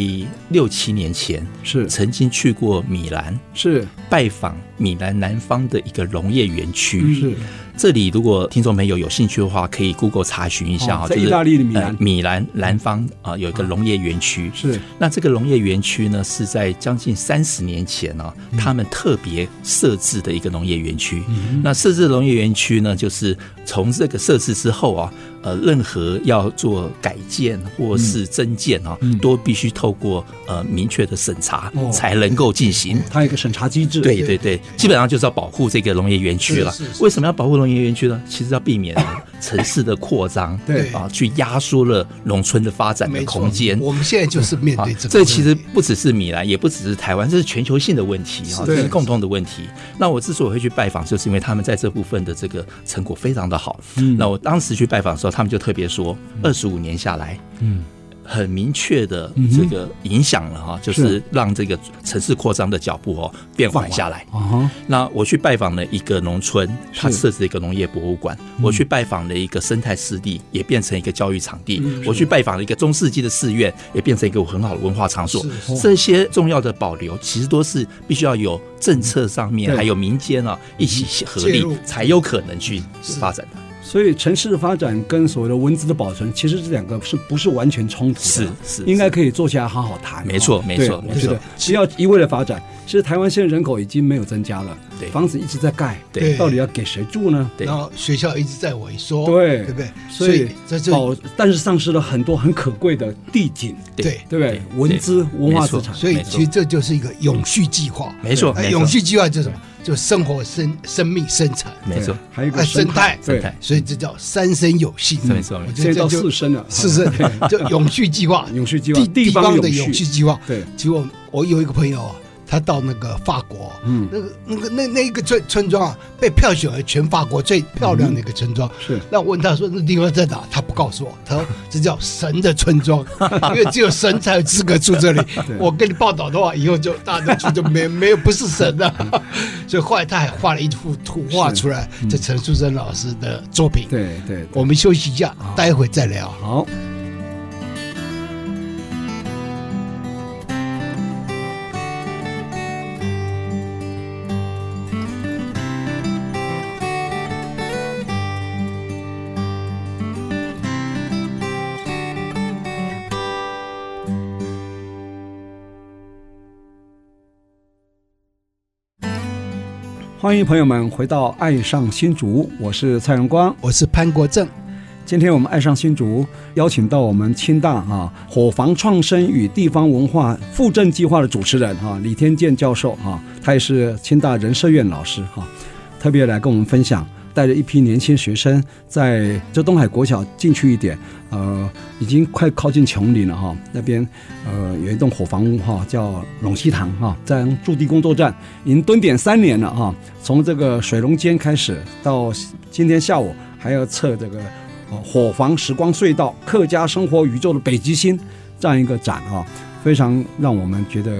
Speaker 3: 六七年前
Speaker 1: 是
Speaker 3: 曾经去过米兰，
Speaker 1: 是
Speaker 3: 拜访米兰南方的一个农业园区。
Speaker 1: 嗯是，
Speaker 3: 这里如果听众朋友有兴趣的话，可以 Google 查询一下
Speaker 1: 哦
Speaker 3: 啊，
Speaker 1: 在
Speaker 3: 就是
Speaker 1: 意大利的米兰嗯
Speaker 3: 呃米兰南方啊有一个农业园区。
Speaker 1: 是
Speaker 3: 那这个农业园区呢，是在将近三十年前呢、
Speaker 1: 嗯
Speaker 3: 他们特别设置的一个农业园区。那设置的农业园区呢，就是从这个设置之后啊，呃，任何要做改建
Speaker 1: 嗯
Speaker 3: 或是增建啊，都必须透过呃明确的审查
Speaker 1: 哦
Speaker 3: 才能够进行。
Speaker 1: 它有一个审查机制，
Speaker 3: 对对对，基本上就是要保护这个农业园区了
Speaker 2: 是是。是
Speaker 3: 为什么要保护农业园区呢？其实要避免啊城市的扩张，
Speaker 1: 对
Speaker 3: 啊，去压缩了农村的发展的
Speaker 2: 没错
Speaker 3: 空间。啊
Speaker 2: 我们现在就是面对这个问题，
Speaker 3: 这其实不只是米兰，也不只是台湾，这是全球性的问题哈，
Speaker 1: 对
Speaker 3: 这是共同的问题。那我之所以会去拜访，就是因为他们在这部分的这个成果非常的好。
Speaker 2: 嗯
Speaker 3: 那我当时去拜访的时候，他们就特别说，二十五年下来，
Speaker 1: 嗯，
Speaker 3: 很明确的
Speaker 2: 嗯
Speaker 3: 这个影响了哈，就是让这个城市扩张的脚步哦变缓下来。
Speaker 1: 啊哈，
Speaker 3: 那我去拜访了一个农村，它
Speaker 1: 是
Speaker 3: 设置了一个农业博物
Speaker 2: 嗯
Speaker 3: 馆；我去拜访了一个生态湿地，也变成一个教育场地；
Speaker 2: 嗯
Speaker 3: 我去拜访了一个中世纪的寺院，也变成一个很好的文化场所。
Speaker 2: 是
Speaker 3: 这些重要的保留，其实都是必须要有政策上面，
Speaker 1: 对
Speaker 3: 还有民间啊一起合
Speaker 2: 嗯介
Speaker 3: 力
Speaker 2: 入，
Speaker 3: 才有可能去发展的。
Speaker 1: 所以城市的发展跟所谓的文字的保存，其实这两个是不是完全冲突的？
Speaker 3: 是是
Speaker 1: 应该可以坐下来好好谈。
Speaker 3: 没错
Speaker 1: 哦
Speaker 3: 没错
Speaker 1: 对
Speaker 3: 没
Speaker 1: 我觉得
Speaker 3: 错
Speaker 1: 不要一味的发展。其实台湾现在人口已经没有增加了，
Speaker 3: 对
Speaker 1: 房子一直在盖，
Speaker 3: 对
Speaker 1: 到底要给谁住呢？
Speaker 3: 对
Speaker 2: 然后学校一直在萎缩，
Speaker 1: 对
Speaker 2: 对不对？
Speaker 1: 所以
Speaker 2: 在这
Speaker 1: 保，但是丧失了很多很可贵的地景，
Speaker 2: 对，
Speaker 1: 对不对？文资文化资产
Speaker 3: 没错
Speaker 2: 所以
Speaker 3: 错
Speaker 2: 其实这就是一个永续计划。
Speaker 3: 没错，
Speaker 2: 哎
Speaker 3: 没
Speaker 2: 永
Speaker 3: 错，
Speaker 2: 续计划就是什么？就生活、生生命、生产，
Speaker 3: 没错啊
Speaker 1: 对，还有一个
Speaker 2: 哎
Speaker 1: 生
Speaker 2: 生态
Speaker 1: 对
Speaker 3: 生态
Speaker 2: 所以这叫三生有幸。
Speaker 3: 没错
Speaker 2: 我
Speaker 3: 没错
Speaker 2: 觉
Speaker 1: 现
Speaker 2: 得
Speaker 1: 在到
Speaker 2: 这就
Speaker 1: 四生了，
Speaker 2: 四
Speaker 1: [LAUGHS]
Speaker 2: 生就永续计划，
Speaker 1: 永续计划，
Speaker 2: 地
Speaker 1: 方
Speaker 2: 方的永
Speaker 1: 续，
Speaker 2: 续计划。
Speaker 1: 对，
Speaker 2: 结果我有一个朋友啊，他到那个法国，啊
Speaker 1: 嗯，
Speaker 2: 那个那个那那一个村村庄啊，被票选为全法国最漂亮的一个村庄。
Speaker 1: 是
Speaker 2: 那我问他说那地方在哪？他不告诉我，他说这叫神的村庄，因为只有神才有资格住这里
Speaker 1: 对。
Speaker 2: 我跟你报道的话，以后就大家都去就没没有不是神了、所以后来他还画了一幅图画出来，这陈淑贞老师的作品。
Speaker 1: 对对，
Speaker 2: 我们休息一下，待会再聊。
Speaker 1: 好。欢迎朋友们回到《爱上新竹》，我是蔡荣光。
Speaker 2: 我是潘国正，
Speaker 1: 今天我们爱上新竹，邀请到我们清大啊伙房创生与地方文化复振计划的主持人啊李天健教授啊，他也是清大人社院老师哈、啊，特别来跟我们分享，带着一批年轻学生在这东海国小进去一点，呃，已经快靠近琼林了哈、啊那边呃有一栋伙房屋哈、叫陇西堂哈、在驻地工作站已经蹲点三年了哈、从这个水龙间开始到今天下午还要测这个。呃火房时光隧道客家生活宇宙的北极星这样一个展啊，非常让我们觉得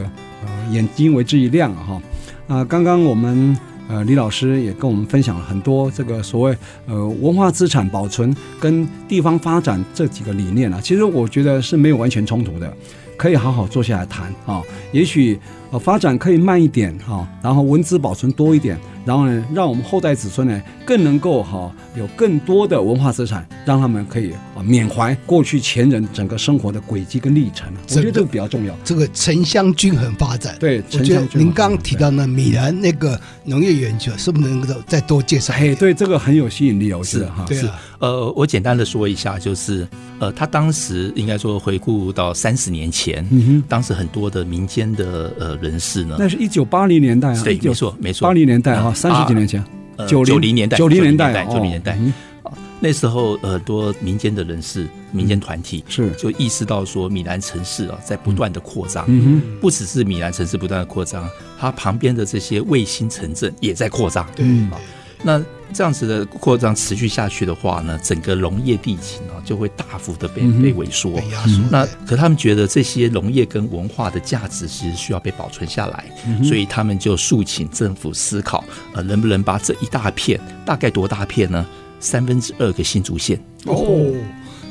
Speaker 1: 呃眼睛为之一亮啊哈。啊、刚刚我们呃李老师也跟我们分享了很多这个所谓呃文化资产保存跟地方发展这几个理念啊，其实我觉得是没有完全冲突的，可以好好坐下来谈啊。也许呃发展可以慢一点哈、然后文字保存多一点，然后呢，让我们后代子孙呢更能够哈、有更多的文化资产，让他们可以啊缅怀过去前人整个生活的轨迹跟历程啊。我觉得这个比较重要。
Speaker 2: 这个城乡均衡发展。
Speaker 1: 对，
Speaker 2: 我
Speaker 1: 城
Speaker 2: 觉
Speaker 1: 乡
Speaker 2: 得
Speaker 1: 均衡
Speaker 2: 您刚刚提到那米兰那个农业园区，是不是能够再多介绍一
Speaker 1: 哎，
Speaker 2: 点？
Speaker 1: 对这个很有吸引力哦，我觉得
Speaker 3: 是
Speaker 1: 哈。
Speaker 2: 对啊，
Speaker 3: 呃，我简单的说一下，就是呃，他当时应该说回顾到三十年前，
Speaker 1: 嗯哼
Speaker 3: 当时很多的民间的呃人士呢，
Speaker 1: 那是一九八零年代啊，
Speaker 3: 对，没
Speaker 1: 19
Speaker 3: 错，没错，
Speaker 1: 八零年代啊，
Speaker 3: 嗯
Speaker 1: 三十几年前，
Speaker 3: 呃
Speaker 1: 90
Speaker 3: 90年代，
Speaker 1: 90年代
Speaker 3: 九零年代
Speaker 1: 哦，
Speaker 3: 90年代
Speaker 1: 嗯
Speaker 3: 那时候呃很多民间的人士、民间团体
Speaker 1: 是
Speaker 3: 就意识到说，米兰城市啊在不断的扩张，
Speaker 1: 嗯哼，
Speaker 3: 不只是米兰城市不断的扩张，它旁边的这些卫星城镇也在扩张。
Speaker 2: 对
Speaker 1: 嗯
Speaker 3: 啊那这样子的扩张持续下去的话呢，整个农业地形啊就会大幅的被
Speaker 1: 嗯哼
Speaker 3: 被萎缩。
Speaker 2: 被压缩的。
Speaker 3: 那可他们觉得这些农业跟文化的价值其实需要被保存下来，
Speaker 1: 嗯
Speaker 3: 所以他们就诉请政府思考，呃，能不能把这一大片，大概多大片呢？三分之二个新竹县，
Speaker 1: 哦，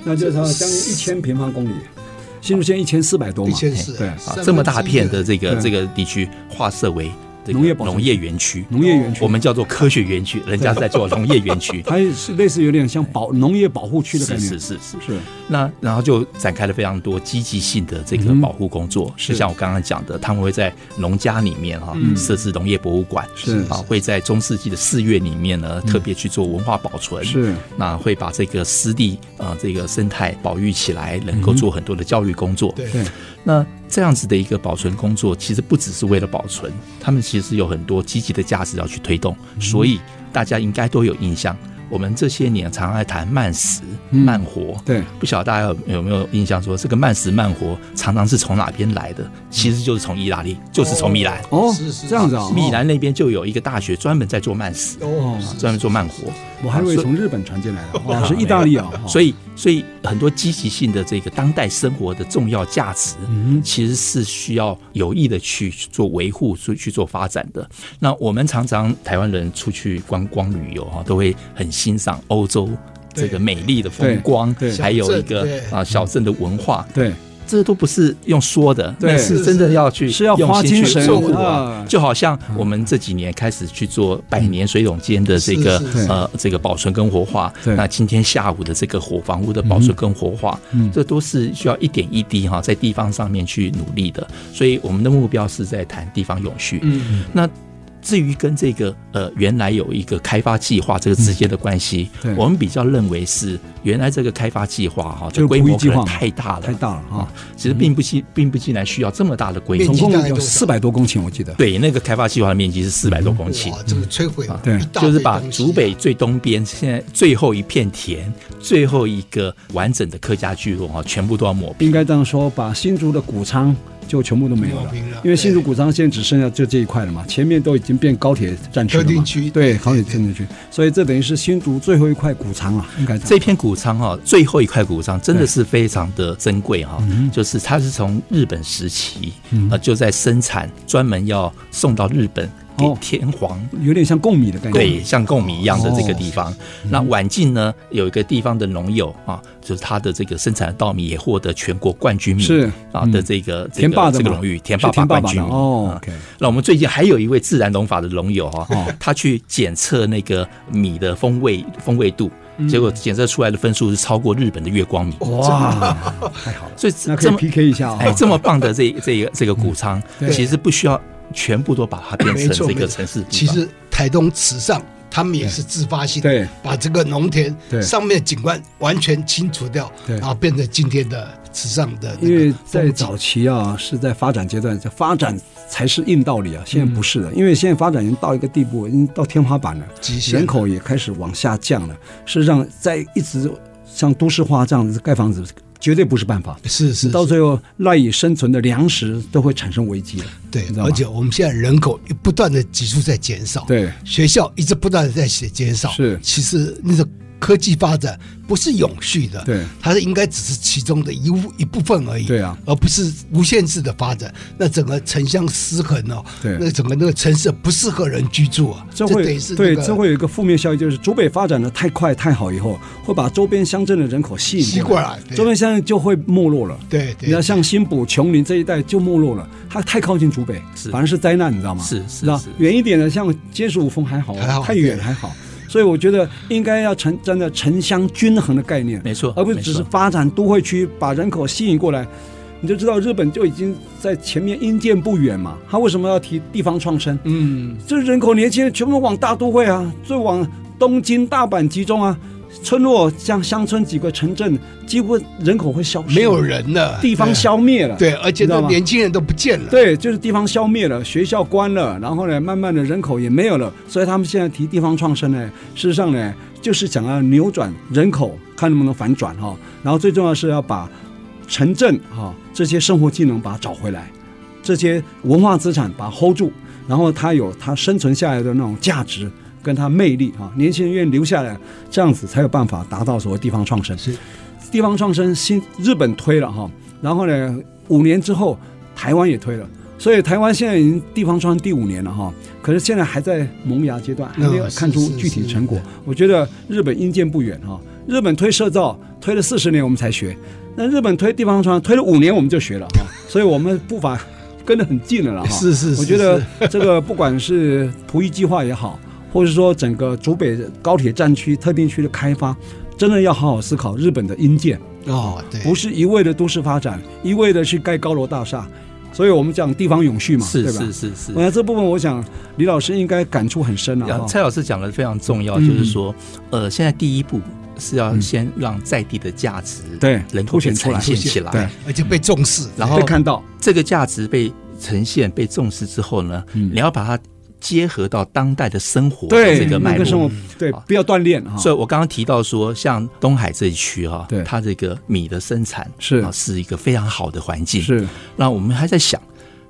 Speaker 1: 那就是将近一千平方公里，新竹县一千四百多嘛，
Speaker 2: 1400
Speaker 1: 对，
Speaker 3: 啊
Speaker 2: 三分之，一
Speaker 3: 这么大片的这个
Speaker 1: 对
Speaker 3: 这个地区划设为这个
Speaker 1: 农业保存
Speaker 3: 农业园区，
Speaker 1: 农业园区，
Speaker 3: 我们叫做科学园区，人家在做农业园区
Speaker 1: 它是类似有点像保农业保护 [LAUGHS] 区的概
Speaker 3: 是
Speaker 1: 念，
Speaker 3: 是是是。
Speaker 1: 是
Speaker 3: 那然后就展开了非常多积极性的这个
Speaker 1: 嗯
Speaker 3: 保护工作，
Speaker 1: 是
Speaker 3: 就像我刚刚讲的，他们会在农家里面哈、
Speaker 1: 嗯
Speaker 3: 设置农业博物馆，
Speaker 1: 是嗯
Speaker 3: 啊，会在中世纪的寺院里面呢、特别去做文化保存，
Speaker 1: 是
Speaker 3: 那会把这个湿地啊、呃这个生态保育起来，能够做很多的教育工作。
Speaker 2: 对
Speaker 1: 嗯对
Speaker 3: 那这样子的一个保存工作，其实不只是为了保存，他们其实有很多积极的价值要去推动，
Speaker 1: 嗯
Speaker 3: 所以大家应该都有印象。我们这些年常爱谈慢死、
Speaker 1: 嗯
Speaker 3: 慢活，
Speaker 1: 对，
Speaker 3: 不晓得大家有有没有印象说，这个慢死慢活常常是从哪边来的？其实就是从意大利，就是从米兰。
Speaker 1: 哦
Speaker 2: 是，是
Speaker 1: 这样子啊，
Speaker 2: 是
Speaker 3: 米兰那边就有一个大学专门在做慢死，
Speaker 2: 哦
Speaker 3: 啊，专门做慢活。
Speaker 1: 我还以为从日本传进来的，哦，是意大利啊，哦
Speaker 3: [LAUGHS] 所以，所以很多积极性的这个当代生活的重要价值，
Speaker 1: 哦
Speaker 2: 嗯
Speaker 1: 嗯
Speaker 3: 其实是需要有意的去做维护、去去做发展的。那我们常常台湾人出去观光旅游哈，都会很欣赏欧洲这个
Speaker 2: 对
Speaker 3: 美丽的风光
Speaker 1: 对对，
Speaker 3: 还有一
Speaker 2: 小
Speaker 3: 个
Speaker 2: 镇对
Speaker 3: 啊小镇的文化，
Speaker 1: 对，
Speaker 3: 这都不是用说的，
Speaker 1: 对
Speaker 3: 那是真的要去
Speaker 1: 是要花
Speaker 3: 用心去
Speaker 1: 精神
Speaker 3: 做苦
Speaker 1: 啊
Speaker 3: 啊。就好像我们这几年开始去做百年水桶间的这个
Speaker 2: 是是是
Speaker 3: 呃这个保存跟活化
Speaker 1: 对，
Speaker 3: 那今天下午的这个火房屋的保存跟活化，
Speaker 1: 嗯
Speaker 3: 这都是需要一点一滴哈在地方上面去努力的。所以我们的目标是在谈地方永续。
Speaker 1: 嗯，
Speaker 3: 那至于跟这个呃原来有一个开发计划这个直接的关系，
Speaker 1: 对
Speaker 3: 我们比较认为是原来这个开发计划哈，
Speaker 1: 就是
Speaker 3: 这个规模
Speaker 1: 故意计
Speaker 3: 可
Speaker 1: 划
Speaker 3: 能太大了，
Speaker 1: 太大了啊，
Speaker 3: 其实并不尽并不尽然需要这嗯么大的规
Speaker 1: 总
Speaker 3: 模
Speaker 2: 面积。
Speaker 1: 共
Speaker 2: 大概
Speaker 1: 有
Speaker 2: 多
Speaker 1: 四
Speaker 2: 少
Speaker 1: 百多公顷，我记得，
Speaker 3: 对，那个开发计划的面积是四百多公顷。
Speaker 2: 嗯哇，这个摧毁
Speaker 3: 啊
Speaker 1: 对
Speaker 2: 一大堆
Speaker 3: 就是把
Speaker 2: 东西啊
Speaker 3: 竹北最东边现在最后一片田、最后一个完整的客家聚落哈，全部都要抹平。
Speaker 1: 应该这样说，把新竹的谷仓就全部都没有了
Speaker 2: 没有了，
Speaker 1: 因为新竹谷仓现在只剩下就这一块了嘛，前面都已经变高铁站区了
Speaker 2: 特定
Speaker 1: 嘛，
Speaker 2: 区
Speaker 1: 对，高铁站区，所以这等于是新竹最后一块谷仓了，应该
Speaker 3: 这
Speaker 1: 这
Speaker 3: 片谷仓哈，最后一块谷仓真的是非常的珍贵哈，
Speaker 2: 嗯
Speaker 3: 就是它是从日本时期呃就在生产，专门要送到日本给
Speaker 1: 哦
Speaker 3: 天皇
Speaker 1: 有点像贡米的概念，
Speaker 3: 对，像贡米一样的这个地方。
Speaker 1: 哦
Speaker 3: 那晚近呢，有一个地方的农友啊，就是他的这个生产的稻米也获得全国冠军米
Speaker 1: 是
Speaker 3: 啊
Speaker 1: 嗯
Speaker 3: 的这个这
Speaker 1: 田爸
Speaker 3: 个
Speaker 1: 的
Speaker 3: 这
Speaker 1: 嘛
Speaker 3: 个荣誉，田
Speaker 1: 是
Speaker 3: 爸
Speaker 1: 田爸
Speaker 3: 冠
Speaker 1: 爸
Speaker 3: 军
Speaker 1: 的
Speaker 3: 米。
Speaker 1: 哦
Speaker 3: 啊
Speaker 1: ，OK，
Speaker 3: 那我们最近还有一位自然农法的农友哈、
Speaker 1: 哦
Speaker 3: 他去检测那个米的风味风味度，结果检测出来的分数是超过日本的月光米，
Speaker 1: 嗯哇，
Speaker 3: [LAUGHS] 所以
Speaker 1: 那可
Speaker 3: 这
Speaker 1: 以
Speaker 3: 么
Speaker 1: PK 一下啊，
Speaker 3: 哎这么棒的这这个这个谷仓，其实不需要全部都把它变
Speaker 2: 没错
Speaker 3: 成这
Speaker 2: 没
Speaker 3: 个
Speaker 2: 错
Speaker 3: 城市地方。
Speaker 2: 其实台东池上他们也是自发性
Speaker 1: 对
Speaker 2: 的，把这个农田
Speaker 1: 对
Speaker 2: 上面的景观完全清除掉，
Speaker 1: 对
Speaker 2: 然后变成今天的池上的那
Speaker 1: 因
Speaker 2: 个
Speaker 1: 为在
Speaker 2: 风景
Speaker 1: 早期啊，是在发展阶段，这发展才是硬道理啊。现在不是的，因为现在发展已经到一个地步，已经到天花板了，
Speaker 2: 嗯极限了
Speaker 1: 人口也开始往下降了。事实上，在一直像都市化这样子盖房子，绝对不是办法。
Speaker 2: 是是
Speaker 1: 到最后，赖以生存的粮食都会产生危机的。
Speaker 2: 对
Speaker 1: 你知，道吗
Speaker 2: 而且我们现在人口不断的急速在减少，
Speaker 1: 对
Speaker 2: 学校一直不断的在减减少，
Speaker 1: 是
Speaker 2: 其实那个科技发展不是永续的，
Speaker 1: 对
Speaker 2: 它是应该只是其中的一物一部分而已，
Speaker 1: 对啊
Speaker 2: 而不是无限制的发展，那整个城乡失衡哦，
Speaker 1: 对
Speaker 2: 那整个那个城市不适合人居住啊，
Speaker 1: 这
Speaker 2: 这
Speaker 1: 会
Speaker 2: 等于是
Speaker 1: 对
Speaker 2: 那个
Speaker 1: 这会有一个负面效应，就是竹北发展的太快太好以后，会把周边乡镇的人口吸
Speaker 2: 吸
Speaker 1: 引
Speaker 2: 过
Speaker 1: 过来，
Speaker 2: 来，对
Speaker 1: 周边乡镇就会没落了。
Speaker 2: 对
Speaker 1: 你
Speaker 2: 对
Speaker 1: 要，像新浦、琼林这一带就没落了，它太靠近竹北，
Speaker 3: 是
Speaker 1: 反而是灾难，你知道吗？
Speaker 3: 是是
Speaker 1: 知道
Speaker 3: 是
Speaker 1: 远一点的，像接触五峰还好，
Speaker 2: 还好
Speaker 1: 太远
Speaker 2: 对
Speaker 1: 还好。所以我觉得应该要成站在城乡均衡的概念，
Speaker 3: 没错
Speaker 1: 而不是只
Speaker 3: 没
Speaker 1: 是
Speaker 3: 错
Speaker 1: 发展都会区把人口吸引过来。你就知道日本就已经在前面因见不远嘛，他为什么要提地方创生？
Speaker 2: 嗯，
Speaker 1: 这人口年轻人全部往大都会啊，最往东京、大阪集中啊，村落像乡村几个城镇，几乎人口会消失，
Speaker 2: 没有人了，
Speaker 1: 地方
Speaker 2: 对
Speaker 1: 消灭了。
Speaker 2: 对，而且
Speaker 1: 你知道
Speaker 2: 那
Speaker 1: 吗
Speaker 2: 年轻人都不见了，
Speaker 1: 对，就是地方消灭了，学校关了，然后呢，慢慢的人口也没有了，所以他们现在提地方创生呢，事实上呢，就是想要扭转人口，看能不能反转哈、然后最重要是要把城镇哈、这些生活技能把它找回来，这些文化资产把它 hold 住，然后它有它生存下来的那种价值。跟它魅力啊，年轻人愿意留下来，这样子才有办法达到所谓地方创生。
Speaker 2: 是
Speaker 1: 地方创生新日本推了哈，然后呢，五年之后台湾也推了，所以台湾现在已经地方创生第五年了哈，可是现在还在萌芽阶段，还
Speaker 2: 嗯
Speaker 1: 没有看出具体成果
Speaker 2: 是是。
Speaker 1: 我觉得日本应见不远哈，日本推社造推了四十年我们才学，那日本推地方创生推了五年我们就学了哈，所以我们步伐跟得很近
Speaker 3: [LAUGHS]
Speaker 1: 了了哈。
Speaker 2: 是是，
Speaker 1: 我
Speaker 2: 是
Speaker 1: 觉得
Speaker 2: 是
Speaker 1: 这个不管是璞玉计划也好，或者说整个竹北高铁站区特定区的开发，真的要好好思考日本的因界，
Speaker 2: 哦，
Speaker 3: 哎
Speaker 2: 对，
Speaker 1: 不是一味的都市发展，一味的去盖高楼大厦。所以我们讲地方永续嘛，
Speaker 3: 是
Speaker 1: 对吧
Speaker 3: 是？是是
Speaker 1: 我。想这部分，我想李老师应该感触很深啊。
Speaker 3: 啊
Speaker 1: 哈
Speaker 3: 蔡老师讲的非常重要，
Speaker 1: 嗯
Speaker 3: 就是说，呃，现在第一步是要
Speaker 1: 嗯
Speaker 3: 先让在地的价值
Speaker 1: 对
Speaker 3: 人口
Speaker 1: 凸显
Speaker 3: 被
Speaker 1: 出来
Speaker 3: 呈现起
Speaker 1: 对
Speaker 3: 来，，
Speaker 2: 而且被重视，
Speaker 3: 然后
Speaker 1: 被看到，
Speaker 3: 这个价值被呈现、被重视之后呢，
Speaker 1: 嗯
Speaker 3: 你要把它结合到当代的生活的
Speaker 1: 对
Speaker 3: 这个
Speaker 1: 那
Speaker 3: 脉
Speaker 1: 个生
Speaker 3: 络啊
Speaker 1: 活。，对
Speaker 3: 好，
Speaker 1: 不要锻炼哈。
Speaker 3: 所以，我刚刚提到说，像东海这一区哈、
Speaker 1: 对
Speaker 3: 它这个米的生产
Speaker 1: 是
Speaker 3: 啊是一个非常好的环境。，
Speaker 1: 是
Speaker 3: 那我们还在想，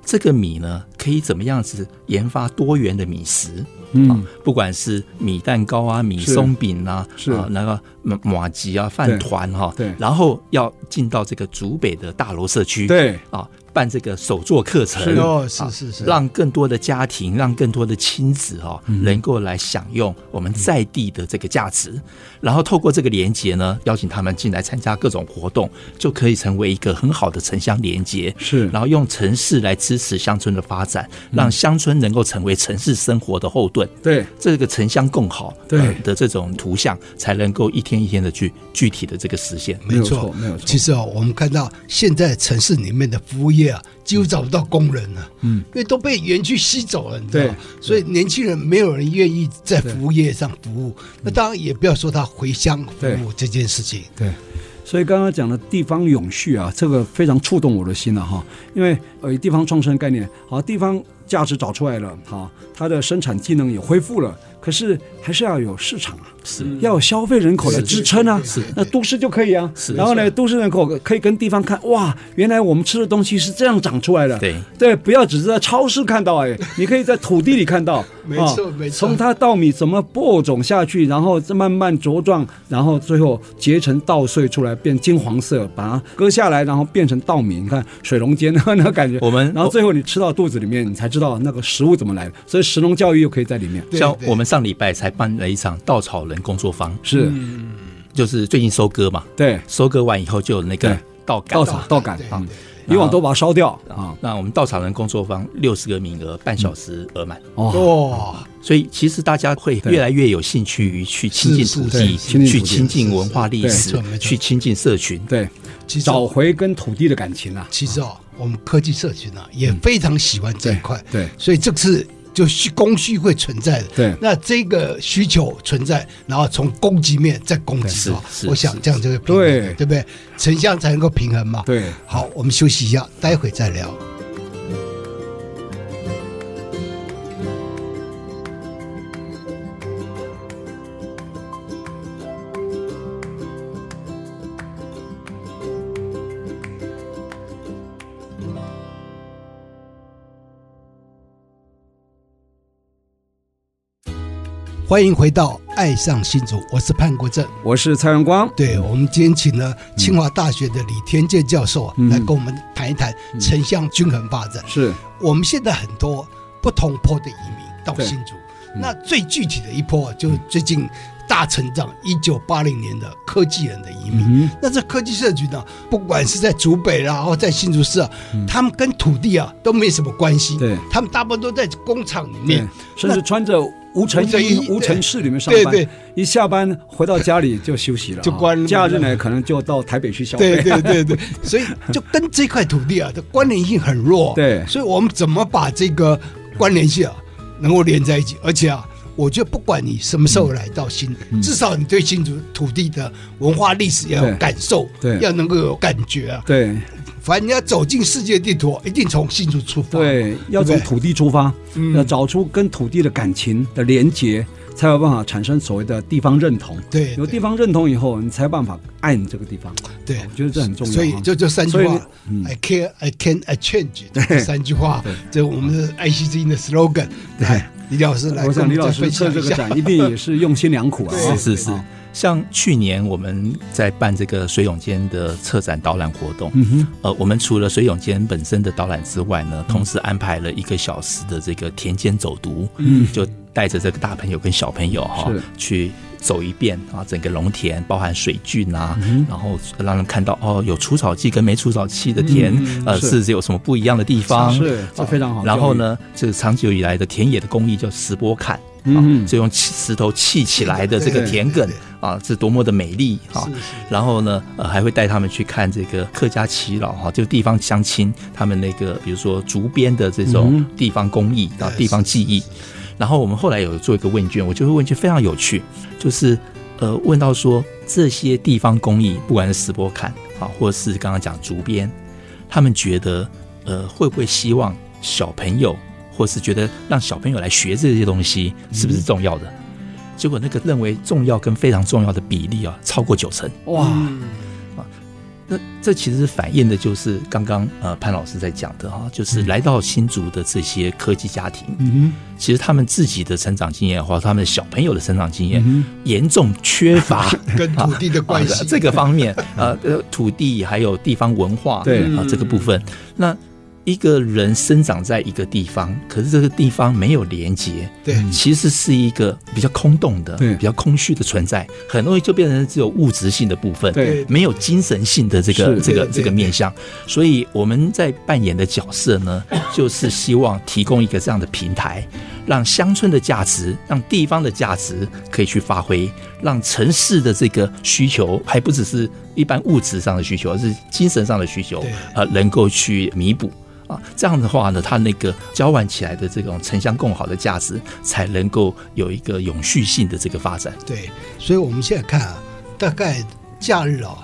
Speaker 3: 这个米呢，可以怎么样子研发多元的米食？啊
Speaker 1: 嗯，
Speaker 3: 不管是米蛋糕啊、米
Speaker 1: 是
Speaker 3: 松饼啊、
Speaker 1: 是
Speaker 3: 啊那个马马吉啊、饭团哈、
Speaker 1: 对对
Speaker 3: 然后要进到这个竹北的大楼社区，
Speaker 1: 对，
Speaker 3: 啊，办这个手作课程，
Speaker 1: 是
Speaker 2: 哦，是
Speaker 3: 啊
Speaker 2: 是是，
Speaker 3: 让更多的家庭，让更多的亲子哦，
Speaker 1: 嗯
Speaker 3: 能够来享用我们在地的这个价值，然后透过这个连接呢，邀请他们进来参加各种活动，就可以成为一个很好的城乡连接。
Speaker 1: 是嗯
Speaker 3: 然后用城市来支持乡村的发展，让乡村能够成为城市生活的后盾。
Speaker 1: 对，
Speaker 3: 这个城乡共好
Speaker 1: 对
Speaker 3: 呃的这种图像，才能够一天一天的去具体的这个实现。
Speaker 1: 没有
Speaker 2: 错
Speaker 1: 错，没有错。
Speaker 2: 其实哦，我们看到现在城市里面的服务业啊，几乎找不到工人了，
Speaker 1: 嗯，
Speaker 2: 因为都被园区吸走了，你知道吗？
Speaker 1: 对
Speaker 2: 所以年轻人没有人愿意在服务业上服务。那当然也不要说他回乡服务这件事情，
Speaker 1: 嗯对，所以刚刚讲的地方永续啊，这个非常触动我的心了、啊哈，因为呃，地方创生概念，好，地方价值找出来了，好，它的生产技能也恢复了，可是还是要有市场啊，
Speaker 3: 是
Speaker 1: 要有消费人口来支撑啊。
Speaker 2: 是
Speaker 1: 那都市就可以啊，
Speaker 3: 是
Speaker 1: 然后呢，都市人口可以跟地方看，哇，原来我们吃的东西是这样长出来的。
Speaker 3: 对
Speaker 1: 对，不要只是在超市看到，
Speaker 2: [LAUGHS]
Speaker 1: 哎，你可以在土地里看到。
Speaker 2: 没
Speaker 1: 啊
Speaker 2: 错没错
Speaker 1: 从它稻米怎么播种下去，然后再慢慢茁壮，然后最后结成稻穗出来，变金黄色，把它割下来，然后变成稻米。你看水龙间那个感觉。
Speaker 3: 我们
Speaker 1: 然后最后你吃到肚子里面，你才知道那个食物怎么来的。所以食农教育又可以在里面。
Speaker 2: 对
Speaker 3: 像
Speaker 2: 对
Speaker 3: 我们上礼拜才办了一场稻草人工作坊，
Speaker 1: 是，
Speaker 2: 嗯
Speaker 3: 就是最近收割嘛，
Speaker 1: 对，
Speaker 3: 收割完以后就有那个
Speaker 1: 对
Speaker 3: 稻杆
Speaker 1: 稻草
Speaker 3: 嘛
Speaker 1: 稻杆
Speaker 2: 对
Speaker 1: 啊
Speaker 2: 对，
Speaker 1: 以往都把它烧掉啊。
Speaker 3: 那我们稻草人工作坊六十个名额，半小时额满，
Speaker 1: 哦，
Speaker 2: 哦，
Speaker 3: 所以其实大家会
Speaker 1: 对
Speaker 3: 越来越有兴趣于去亲近
Speaker 2: 是
Speaker 3: 土
Speaker 2: 是
Speaker 3: 地，
Speaker 1: 是对
Speaker 3: 去
Speaker 1: 亲
Speaker 3: 亲
Speaker 2: 近
Speaker 3: 近
Speaker 2: 土地
Speaker 3: 文化历
Speaker 1: 对
Speaker 3: 史
Speaker 2: 没错没，错
Speaker 3: 去亲近社群。
Speaker 1: 对，
Speaker 2: 其实
Speaker 1: 找回跟土地的感情啊。
Speaker 2: 其实哦，我们科技社群呢、也非常喜欢这一块，
Speaker 1: 对对
Speaker 2: 所以这次就是供需会存在的，
Speaker 1: 对
Speaker 2: 那这个需求存在，然后从供给面再供给啊
Speaker 3: 是，是
Speaker 2: 我想
Speaker 3: 是
Speaker 2: 这样就会平衡，
Speaker 1: 对
Speaker 2: 对不对？城乡才能够平衡嘛。，
Speaker 1: 对。
Speaker 2: 好，我们休息一下，待会再聊。欢迎回到《爱上新竹》，我是潘国正。
Speaker 1: 我是蔡荣光。
Speaker 2: 对，我们今天请了清华大学的李天健教授啊
Speaker 1: 嗯
Speaker 2: 来跟我们谈一谈城乡均衡发展。
Speaker 1: 是，
Speaker 2: 我们现在很多不同坡的移民到
Speaker 1: 对嗯
Speaker 2: 新竹，那最具体的一波啊就是最近大成长一九八零年的科技人的移民。
Speaker 1: 嗯，
Speaker 2: 那这科技社群呢、不管是在竹北啦，然后在新竹市啊，他们跟土地啊都没什么关系，
Speaker 1: 嗯对
Speaker 2: 他们大部分都在工厂里
Speaker 1: 对
Speaker 2: 面，，
Speaker 1: 甚至穿着无尘
Speaker 2: 无尘
Speaker 1: 衣、
Speaker 2: 衣
Speaker 1: 无尘室里面上班，
Speaker 2: 对对
Speaker 1: 一下班回到家里就休息了啊，
Speaker 2: 就关了
Speaker 1: 假日呢，可能就到台北去消费。
Speaker 2: 对对
Speaker 1: [LAUGHS]
Speaker 2: 对对，所以就跟这块土地啊的关联性很弱。
Speaker 1: 对
Speaker 2: 所以我们怎么把这个关联性啊能够连在一起？而且啊，我觉得不管你什么时候来到新，
Speaker 1: 嗯
Speaker 2: 至少你对新竹土地的文化历史要有
Speaker 1: 对
Speaker 2: 感受，
Speaker 1: 对
Speaker 2: 要能够有感觉啊。
Speaker 1: 对
Speaker 2: 反正你要走进世界地图，一定从新竹出发。
Speaker 1: 对，要
Speaker 2: 对
Speaker 1: 从
Speaker 2: 不对
Speaker 1: 土地出发，
Speaker 2: 嗯
Speaker 1: 要找出跟土地的感情的连结，才有办法产生所谓的地方认同。
Speaker 2: 对
Speaker 1: 有地方认同以后，你才有办法爱你这个地方。
Speaker 2: 对，
Speaker 1: 我觉得这很重要啊。
Speaker 2: 所以就这三句
Speaker 1: 所以
Speaker 2: 话，I care, I can, I change，这三句话，这我们的爱惜之音的 slogan。来，李老师来，
Speaker 1: 我想李
Speaker 2: 跟
Speaker 1: 老
Speaker 2: 们再
Speaker 1: 师
Speaker 2: 分
Speaker 1: 策
Speaker 2: 享
Speaker 1: 这
Speaker 2: 一
Speaker 1: 个
Speaker 2: 下。
Speaker 1: 展，一定也是用心良苦啊。
Speaker 3: 是是是
Speaker 1: 啊，
Speaker 3: 像去年我们在办这个水涌间的策展导览活动，
Speaker 1: 嗯哼，嗯
Speaker 3: 呃，我们除了水涌间本身的导览之外呢，同时安排了一个小时的这个田间走读，
Speaker 1: 嗯
Speaker 3: 就带着这个大朋友跟小朋友哈、
Speaker 1: 是
Speaker 3: 去走一遍啊，整个农田包含水菌啊，
Speaker 1: 嗯
Speaker 3: 然后让他们看到哦，有除草剂跟没除草剂的田，
Speaker 1: 嗯
Speaker 3: 呃，
Speaker 1: 是
Speaker 3: 是有什么不一样的地方？
Speaker 1: 是这非常好。
Speaker 3: 然后？呢，这个长久以来的田野的工艺叫石波坎，啊
Speaker 1: 嗯，
Speaker 3: 就用砌石头砌起来的这个
Speaker 1: 对
Speaker 3: 田埂啊，是多么的美丽啊！
Speaker 2: 是是
Speaker 3: 然后呢，呃，还会带他们去看这个客家耆老哈，就地方乡亲他们那个，比如说竹编的这
Speaker 1: 嗯
Speaker 3: 种地方工艺啊，地方技艺。然后我们后来有做一个问卷，我觉得问卷非常有趣，就是呃问到说这些地方工艺，不管是石波坎啊，或是刚刚讲竹编，他们觉得呃会不会希望小朋友，或是觉得让小朋友来学这些东西，是不是重要的？结果那个认为重要跟非常重要的比例啊，超过九成。
Speaker 1: 哇，
Speaker 3: 那这其实反映的就是刚刚呃潘老师在讲的哈，就是
Speaker 2: 嗯
Speaker 3: 来到新竹的这些科技家庭，
Speaker 1: 嗯
Speaker 3: 其实他们自己的成长经验或者他们小朋友的成长经验，
Speaker 1: 嗯
Speaker 3: 严重缺
Speaker 2: [LAUGHS]
Speaker 3: 乏
Speaker 2: [LAUGHS] 跟土地的关系
Speaker 3: 啊这个方面，呃呃，土地还有地方文化，
Speaker 1: 对
Speaker 2: 嗯
Speaker 3: 啊这个部分，那一个人生长在一个地方，可是这个地方没有连接，嗯
Speaker 2: 对
Speaker 3: 其实是一个比较空洞的、
Speaker 1: 对
Speaker 3: 比较空虚的存在，很容易就变成只有物质性的部分，
Speaker 1: 对
Speaker 3: 没有精神性的这个
Speaker 1: 是
Speaker 3: 这个
Speaker 2: 对对
Speaker 3: 这个面向。所以我们在扮演的角色呢，就是希望提供一个这样的平台，让乡村的价值，让地方的价值可以去发挥，让城市的这个需求，还不只是一般物质上的需求，而是精神上的需求
Speaker 2: 对，
Speaker 3: 呃，能够去弥补。啊，这样的话呢，它那个交换起来的这种城乡共好的价值，才能够有一个永续性的这个发展。
Speaker 2: 对，所以我们现在看啊，大概假日啊，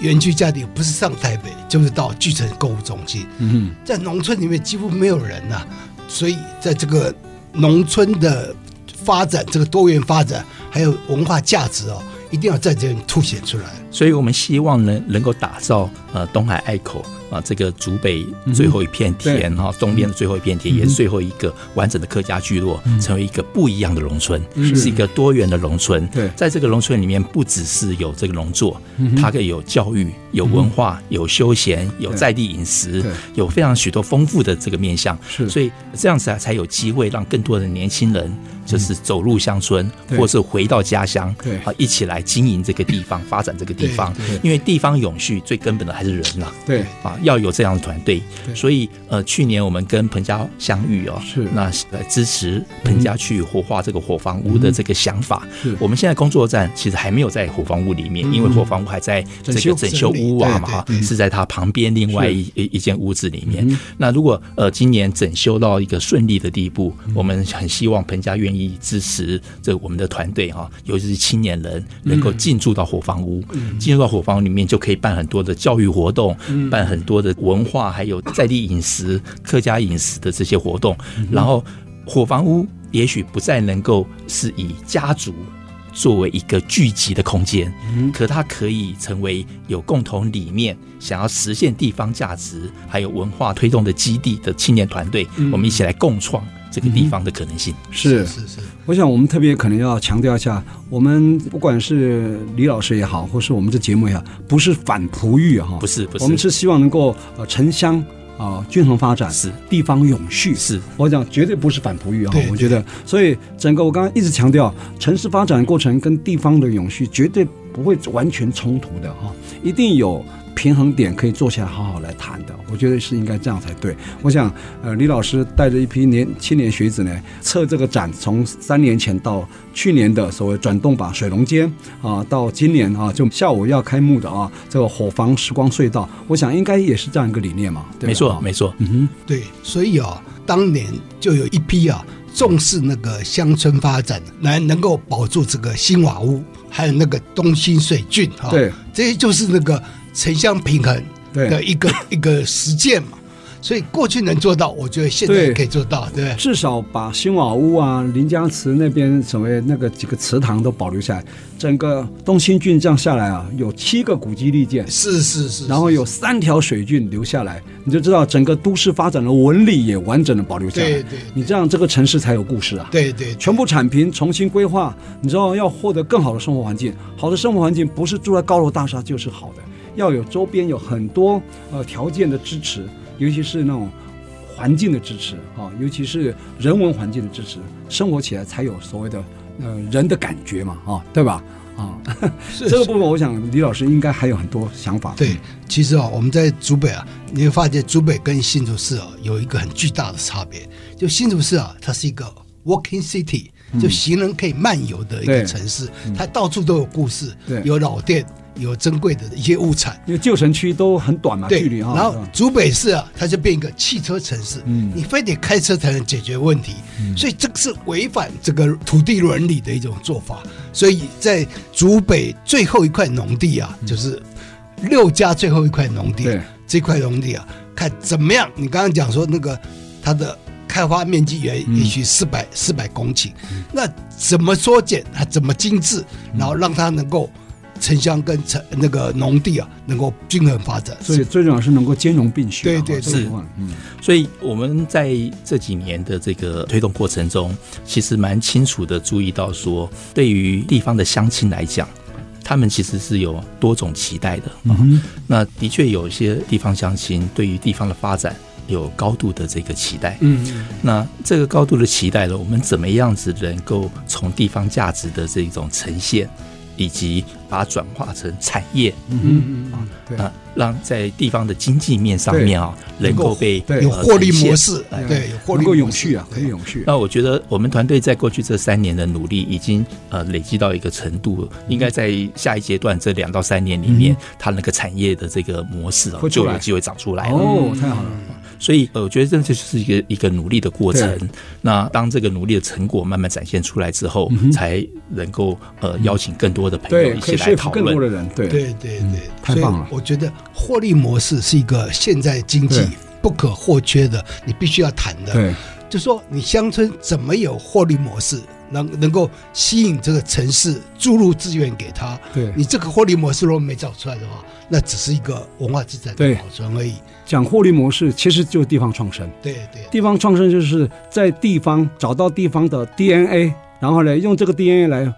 Speaker 2: 园区家庭不是上台北，就是到巨城购物中心。
Speaker 1: 嗯
Speaker 2: 在农村里面几乎没有人呐、所以在这个农村的发展，这个多元发展还有文化价值哦，一定要在这里凸显出来。
Speaker 3: 所以我们希望呢，能够打造呃东海隘口啊、这个竹北最后一片田哈、东边的最后一片田，也是最后一个完整的客家聚落，
Speaker 1: 嗯
Speaker 3: 成为一个不一样的农村，是一个多元的农村。
Speaker 1: 对嗯
Speaker 3: 在这个农村里面，不只是有这个农作，它可以有教育、有文化、有休闲、有在地饮食
Speaker 1: 对，
Speaker 3: 有非常许多丰富的这个面向。
Speaker 1: 是嗯
Speaker 3: 所以这样子啊，才有机会让更多的年轻人就是走入乡村，
Speaker 1: 对
Speaker 3: 或是回到家乡，
Speaker 1: 对
Speaker 3: 啊，一起来经营这个地方，发展这个地方
Speaker 2: 对。
Speaker 3: 因为地方永续最根本的还是人呐、
Speaker 1: 对，
Speaker 3: 啊，要有这样的团队。
Speaker 1: 对
Speaker 3: 所以呃，去年我们跟彭家相遇哦，
Speaker 1: 是
Speaker 3: 那呃支持彭家去活化这个火房屋的这个想法。
Speaker 1: 嗯是嗯
Speaker 3: 我们现在工作站其实还没有在火房屋里面，因为火房屋还在这
Speaker 1: 整修
Speaker 3: 个整修屋瓦嘛
Speaker 2: 整理
Speaker 3: 哈，是在它旁边另外一一一间屋子里面。那如果呃今年整修到一个顺利的地步，我们很希望彭家愿意支持这我们的团队哈，尤其是青年人能够进驻到火房屋，进入到火房屋里面就可以办很多的教育活动，办很多的文化，还有在地饮食、客家饮食的这些活动，然后火房屋。也许不再能够是以家族作为一个聚集的空间，可它可以成为有共同理念、想要实现地方价值，还有文化推动的基地的青年团队，
Speaker 1: 嗯
Speaker 3: 我们一起来共创这个地方的可能性。
Speaker 1: 是
Speaker 2: 是是，
Speaker 1: 我想我们特别可能要强调一下，我们不管是李老师也好，或是我们这节目也好，不是反璞玉哈，
Speaker 3: 不是，不
Speaker 1: 我们
Speaker 3: 是，
Speaker 1: 是希望能够呃城乡啊、呃均衡发展，
Speaker 3: 是
Speaker 1: 地方永续。
Speaker 3: 是
Speaker 1: 我讲绝对不是反璞玉啊
Speaker 2: 对，
Speaker 1: 我觉得，所以整个我刚刚一直强调，城市发展过程跟地方的永续绝对不会完全冲突的哈、一定有平衡点可以坐下来好好来谈的。我觉得是应该这样才对。我想，呃，李老师带着一批年青年学子呢，测这个展，从三年前到去年的所谓转动吧水龙间啊，到今年啊，就下午要开幕的啊，这个火房时光隧道，我想应该也是这样一个理念嘛，对吧
Speaker 3: 没错，没错，
Speaker 1: 嗯
Speaker 2: 对，所以啊，当年就有一批啊重视那个乡村发展，来能够保住这个新瓦屋，还有那个东兴水郡啊，
Speaker 1: 对，
Speaker 2: 这些就是那个城乡平衡
Speaker 1: 对 [LAUGHS]
Speaker 2: 的一个一个实践嘛。所以过去能做到，我觉得现在也可以做到，对不对？
Speaker 1: 至少把新瓦屋啊、临江祠那边所谓那个几个祠堂都保留下来。整个东兴郡这样下来啊，有七个古迹立建，
Speaker 2: 是是是，
Speaker 1: 然后有三条水郡留下来，你就知道整个都市发展的纹理也完整的保留下来。
Speaker 2: 对对
Speaker 1: 你这样这个城市才有故事啊。
Speaker 2: 对对，
Speaker 1: 全部铲平，重新规划。你知道，要获得更好的生活环境，好的生活环境不是住在高楼大厦就是好的，要有周边有很多呃条件的支持，尤其是那种环境的支持啊、尤其是人文环境的支持，生活起来才有所谓的呃人的感觉嘛啊、对吧？啊、
Speaker 2: 是
Speaker 1: 这个部分我想李老师应该还有很多想法。
Speaker 2: 对，其实啊，我们在竹北啊，你会发现竹北跟新竹市啊有一个很巨大的差别。就新竹市啊，它是一个 walking city，就行人可以漫游的一
Speaker 1: 嗯对
Speaker 2: 个城市，它到处都有故事
Speaker 1: 对，
Speaker 2: 有老店，有珍贵的一些物产。
Speaker 1: 因为旧城区都很短嘛，距
Speaker 2: 对，
Speaker 1: 离啊。
Speaker 2: 然后
Speaker 1: 是吧嗯
Speaker 2: 竹北市啊，它就变一个汽车城市，你非得开车才能解决问题，所以这个是违反这个土地伦理的一种做法。所以在竹北最后一块农地啊，就是六家最后一块农地
Speaker 1: 嗯
Speaker 2: 啊
Speaker 1: 对，
Speaker 2: 这块农地啊，看怎么样？你刚刚讲说那个它的。开发面积也
Speaker 1: 嗯
Speaker 2: 也许四百四百公顷，那怎么缩减？它怎么精致？
Speaker 1: 嗯
Speaker 2: 然后让它能够城乡跟城那个农地啊，能够均衡发展。
Speaker 1: 所以最重要是能够兼容并蓄啊。
Speaker 2: 对对
Speaker 1: 这个
Speaker 3: 是
Speaker 1: 部分嗯，
Speaker 3: 所以我们在这几年的这个推动过程中，其实蛮清楚的注意到说，对于地方的乡亲来讲，他们其实是有多种期待的。
Speaker 1: 嗯
Speaker 3: 那的确有一些地方乡亲对于地方的发展有高度的这个期待。
Speaker 1: 嗯，
Speaker 3: 那这个高度的期待呢，我们怎么样子能够从地方价值的这种呈现，以及把它转化成产业，
Speaker 1: 嗯嗯，对
Speaker 3: 啊，让在地方的经济面上面啊，能够被
Speaker 1: 对
Speaker 2: 有
Speaker 3: 呃
Speaker 2: 获利
Speaker 3: 呈现
Speaker 2: 模式，对，有哎获利
Speaker 1: 哎能够
Speaker 2: 模
Speaker 1: 永
Speaker 2: 式哎
Speaker 1: 续啊，可
Speaker 2: 对
Speaker 1: 以永续。
Speaker 3: 那我觉得我们团队在过去这三年的努力，已经呃累积到一个程度，应该在下一阶段这两到三年里面，它那个产业的这个模式啊
Speaker 1: 会，出
Speaker 3: 就
Speaker 1: 来
Speaker 3: 有机会长出来了。
Speaker 1: 哦，太好了，
Speaker 3: 所以呃，我觉得这就是一个一个努力的过
Speaker 1: 对
Speaker 3: 程。那当这个努力的成果慢慢展现出来之后，
Speaker 1: 嗯
Speaker 3: 才能够呃邀请更多的朋友
Speaker 1: 对，
Speaker 3: 一
Speaker 1: 可
Speaker 3: 起
Speaker 1: 以
Speaker 3: 来
Speaker 1: 说
Speaker 3: 讨
Speaker 1: 服更多
Speaker 3: 论。
Speaker 1: 的人，对
Speaker 2: 对对对，
Speaker 1: 嗯太
Speaker 2: 所以
Speaker 1: 棒了
Speaker 2: 我觉得获利模式是一个现在经济
Speaker 1: 对
Speaker 2: 不可或缺的，你必须要谈的。
Speaker 1: 对，
Speaker 2: 就说你乡村怎么有获利模式，能能够吸引这个城市注入资源给他？
Speaker 1: 对
Speaker 2: 你这个获利模式如果没找出来的话，那只是一个文化资产
Speaker 1: 对
Speaker 2: 的保存而已。
Speaker 1: 讲获利模式其实就是地方创生，
Speaker 2: 对对
Speaker 1: 地方创生就是在地方找到地方的 DNA，然后呢，用这个 DNA 来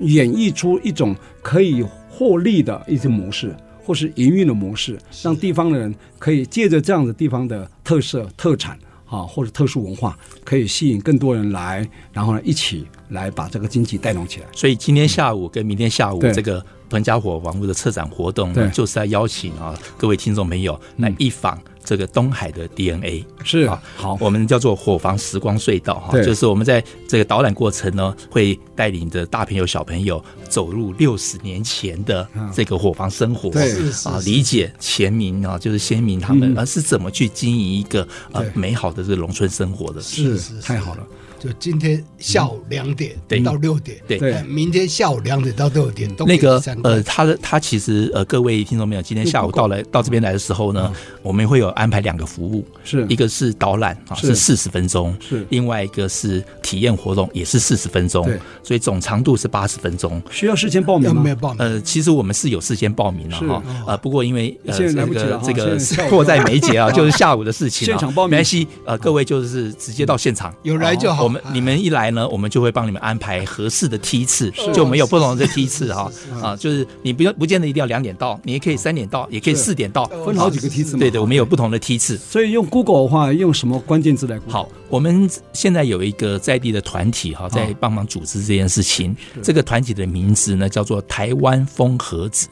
Speaker 1: 演绎出一种可以获利的一些模式。或是营运的模式，让地方的人可以借着这样的地方的特色、特产啊，或者特殊文化，可以吸引更多人来，然后呢，一起来把这个经济带动起来。
Speaker 3: 所以今天下午跟明天下午
Speaker 1: 对
Speaker 3: 这个彭家火房屋的策展活动
Speaker 1: 对嗯
Speaker 3: 呢，就是在邀请啊各位听众朋友来一访这个东海的 DNA。
Speaker 1: 是
Speaker 3: 啊
Speaker 1: 好，
Speaker 3: 我们叫做火房时光隧道哈，
Speaker 1: 对
Speaker 3: 就是我们在这个导览过程呢，会带领着大朋友小朋友走入六十年前的这个火房生活，
Speaker 1: 啊对
Speaker 2: 是是
Speaker 3: 啊，
Speaker 2: 是
Speaker 3: 理解前民啊，就是先民他们
Speaker 1: 嗯
Speaker 3: 而是怎么去经营一个呃
Speaker 1: 对
Speaker 3: 美好的这个农村生活的，
Speaker 1: 是
Speaker 2: 是是
Speaker 1: 太好了，
Speaker 2: 就今天下午两点
Speaker 3: 对
Speaker 2: 到六点，
Speaker 3: 对
Speaker 1: 对
Speaker 2: 哎明天下午两点到六点都可以
Speaker 3: 那个
Speaker 2: 参观
Speaker 3: 呃，他的他其实呃，各位听众朋友，今天下午到来到这边来的时候呢，我们会有安排两个服务，
Speaker 1: 嗯是
Speaker 3: 一个是导览啊，
Speaker 1: 是
Speaker 3: 是四十分钟，
Speaker 1: 是
Speaker 3: 另外一个是体验活动，也是四十分钟
Speaker 1: 对，
Speaker 3: 所以总长度是八十分钟。
Speaker 1: 需要事先报名
Speaker 2: 要
Speaker 1: 吗
Speaker 2: 没？有报名？
Speaker 3: 呃，其实我们是有事先报名了
Speaker 1: 是哦
Speaker 3: 哈，呃，不过因为呃
Speaker 1: 现在来
Speaker 3: 这
Speaker 1: 不及了
Speaker 3: 个
Speaker 1: 哈
Speaker 3: 这个
Speaker 1: 现在下午
Speaker 3: 迫在眉睫
Speaker 1: [LAUGHS]
Speaker 3: 啊，就是下午的事情啊，
Speaker 1: 现场报名嗯
Speaker 3: 没关系，呃，各位就是直接到现场，哦
Speaker 2: 有来就好
Speaker 3: 我们
Speaker 2: 哎
Speaker 3: 你们一来呢，我们就会帮你们安排合适的梯次，就我们有不同的梯次哈
Speaker 2: 是
Speaker 3: 啊，就是你不要不见得一定要两点到，你也可以三点到，也可以四点到，
Speaker 1: 分好几个梯次嘛。
Speaker 3: 对对，我们有不同的梯次。
Speaker 1: 所以用 Google 的话，用什么关键字来 Google？
Speaker 3: 好，我们现在有一个在地的团体
Speaker 1: 哦
Speaker 3: 哈，在帮忙组织这件事情。这个团体的名字呢叫做台湾风和子，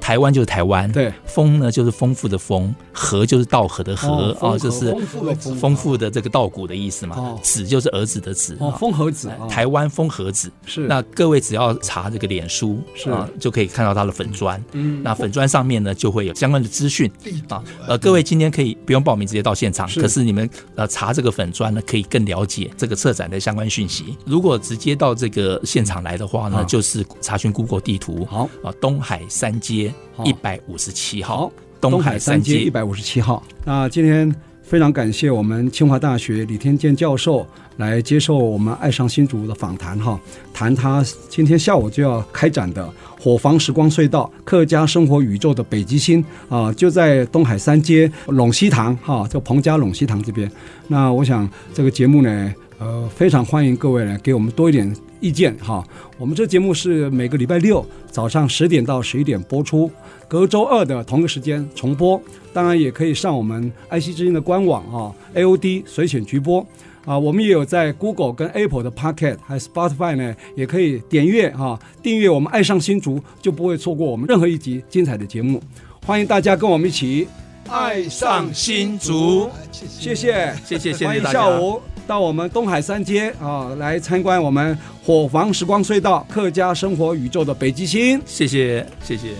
Speaker 3: 台湾就是台湾，
Speaker 1: 对，
Speaker 3: 丰呢就是丰富的丰，和就是稻禾的禾
Speaker 1: 哦丰和
Speaker 3: 啊就是
Speaker 1: 丰富的丰
Speaker 3: 丰富的这个稻谷的意思嘛
Speaker 1: 哦。
Speaker 3: 子就是儿子的子
Speaker 1: 哦，
Speaker 3: 啊
Speaker 1: 风和子啊，
Speaker 3: 台湾风和子
Speaker 1: 是
Speaker 3: 那各位只要查这个脸书
Speaker 1: 是
Speaker 3: 啊，就可以看到他的粉砖。嗯，那粉砖上面呢就会有相关的资讯啊。呃，各位今天可以不用报名，直接到现场。
Speaker 1: 是
Speaker 3: 可是你们呃查这个粉砖呢，可以更了解这个策展的相关讯息。如果直接到这个现场来的话呢，
Speaker 1: 啊
Speaker 3: 就是查询 Google 地图，
Speaker 1: 好
Speaker 3: 啊，东海三街
Speaker 1: 好
Speaker 3: 一百五十七号
Speaker 1: 好，
Speaker 3: 东海
Speaker 1: 三
Speaker 3: 三
Speaker 1: 街一
Speaker 3: 街
Speaker 1: 百五十七号。那今天非常感谢我们清华大学李天健教授来接受我们《爱上新竹》的访谈哈，谈他今天下午就要开展的火房时光隧道客家生活宇宙的北极星啊，就在东海三街陇西堂哈，就彭家陇西堂这边。那我想这个节目呢，呃，非常欢迎各位呢给我们多一点意见哈。我们这节目是每个礼拜六早上十点到十一点播出，隔周二的同个时间重播。当然也可以上我们爱惜之音的官网啊，AOD 随选直播啊。我们也有在 Google 跟 Apple 的 Pocket 还有 Spotify 呢，也可以点阅啊，订阅我们爱上新竹，就不会错过我们任何一集精彩的节目。欢迎大家跟我们一起，
Speaker 2: 爱
Speaker 3: 上新竹，
Speaker 1: 谢谢。
Speaker 3: 谢谢，谢
Speaker 1: 欢
Speaker 3: 谢
Speaker 1: 迎
Speaker 3: 大
Speaker 1: 下
Speaker 3: 家。
Speaker 1: 午到我们东海三街啊，来参观我们火房时光隧道客家生活宇宙的北极星。
Speaker 3: 谢谢，谢谢。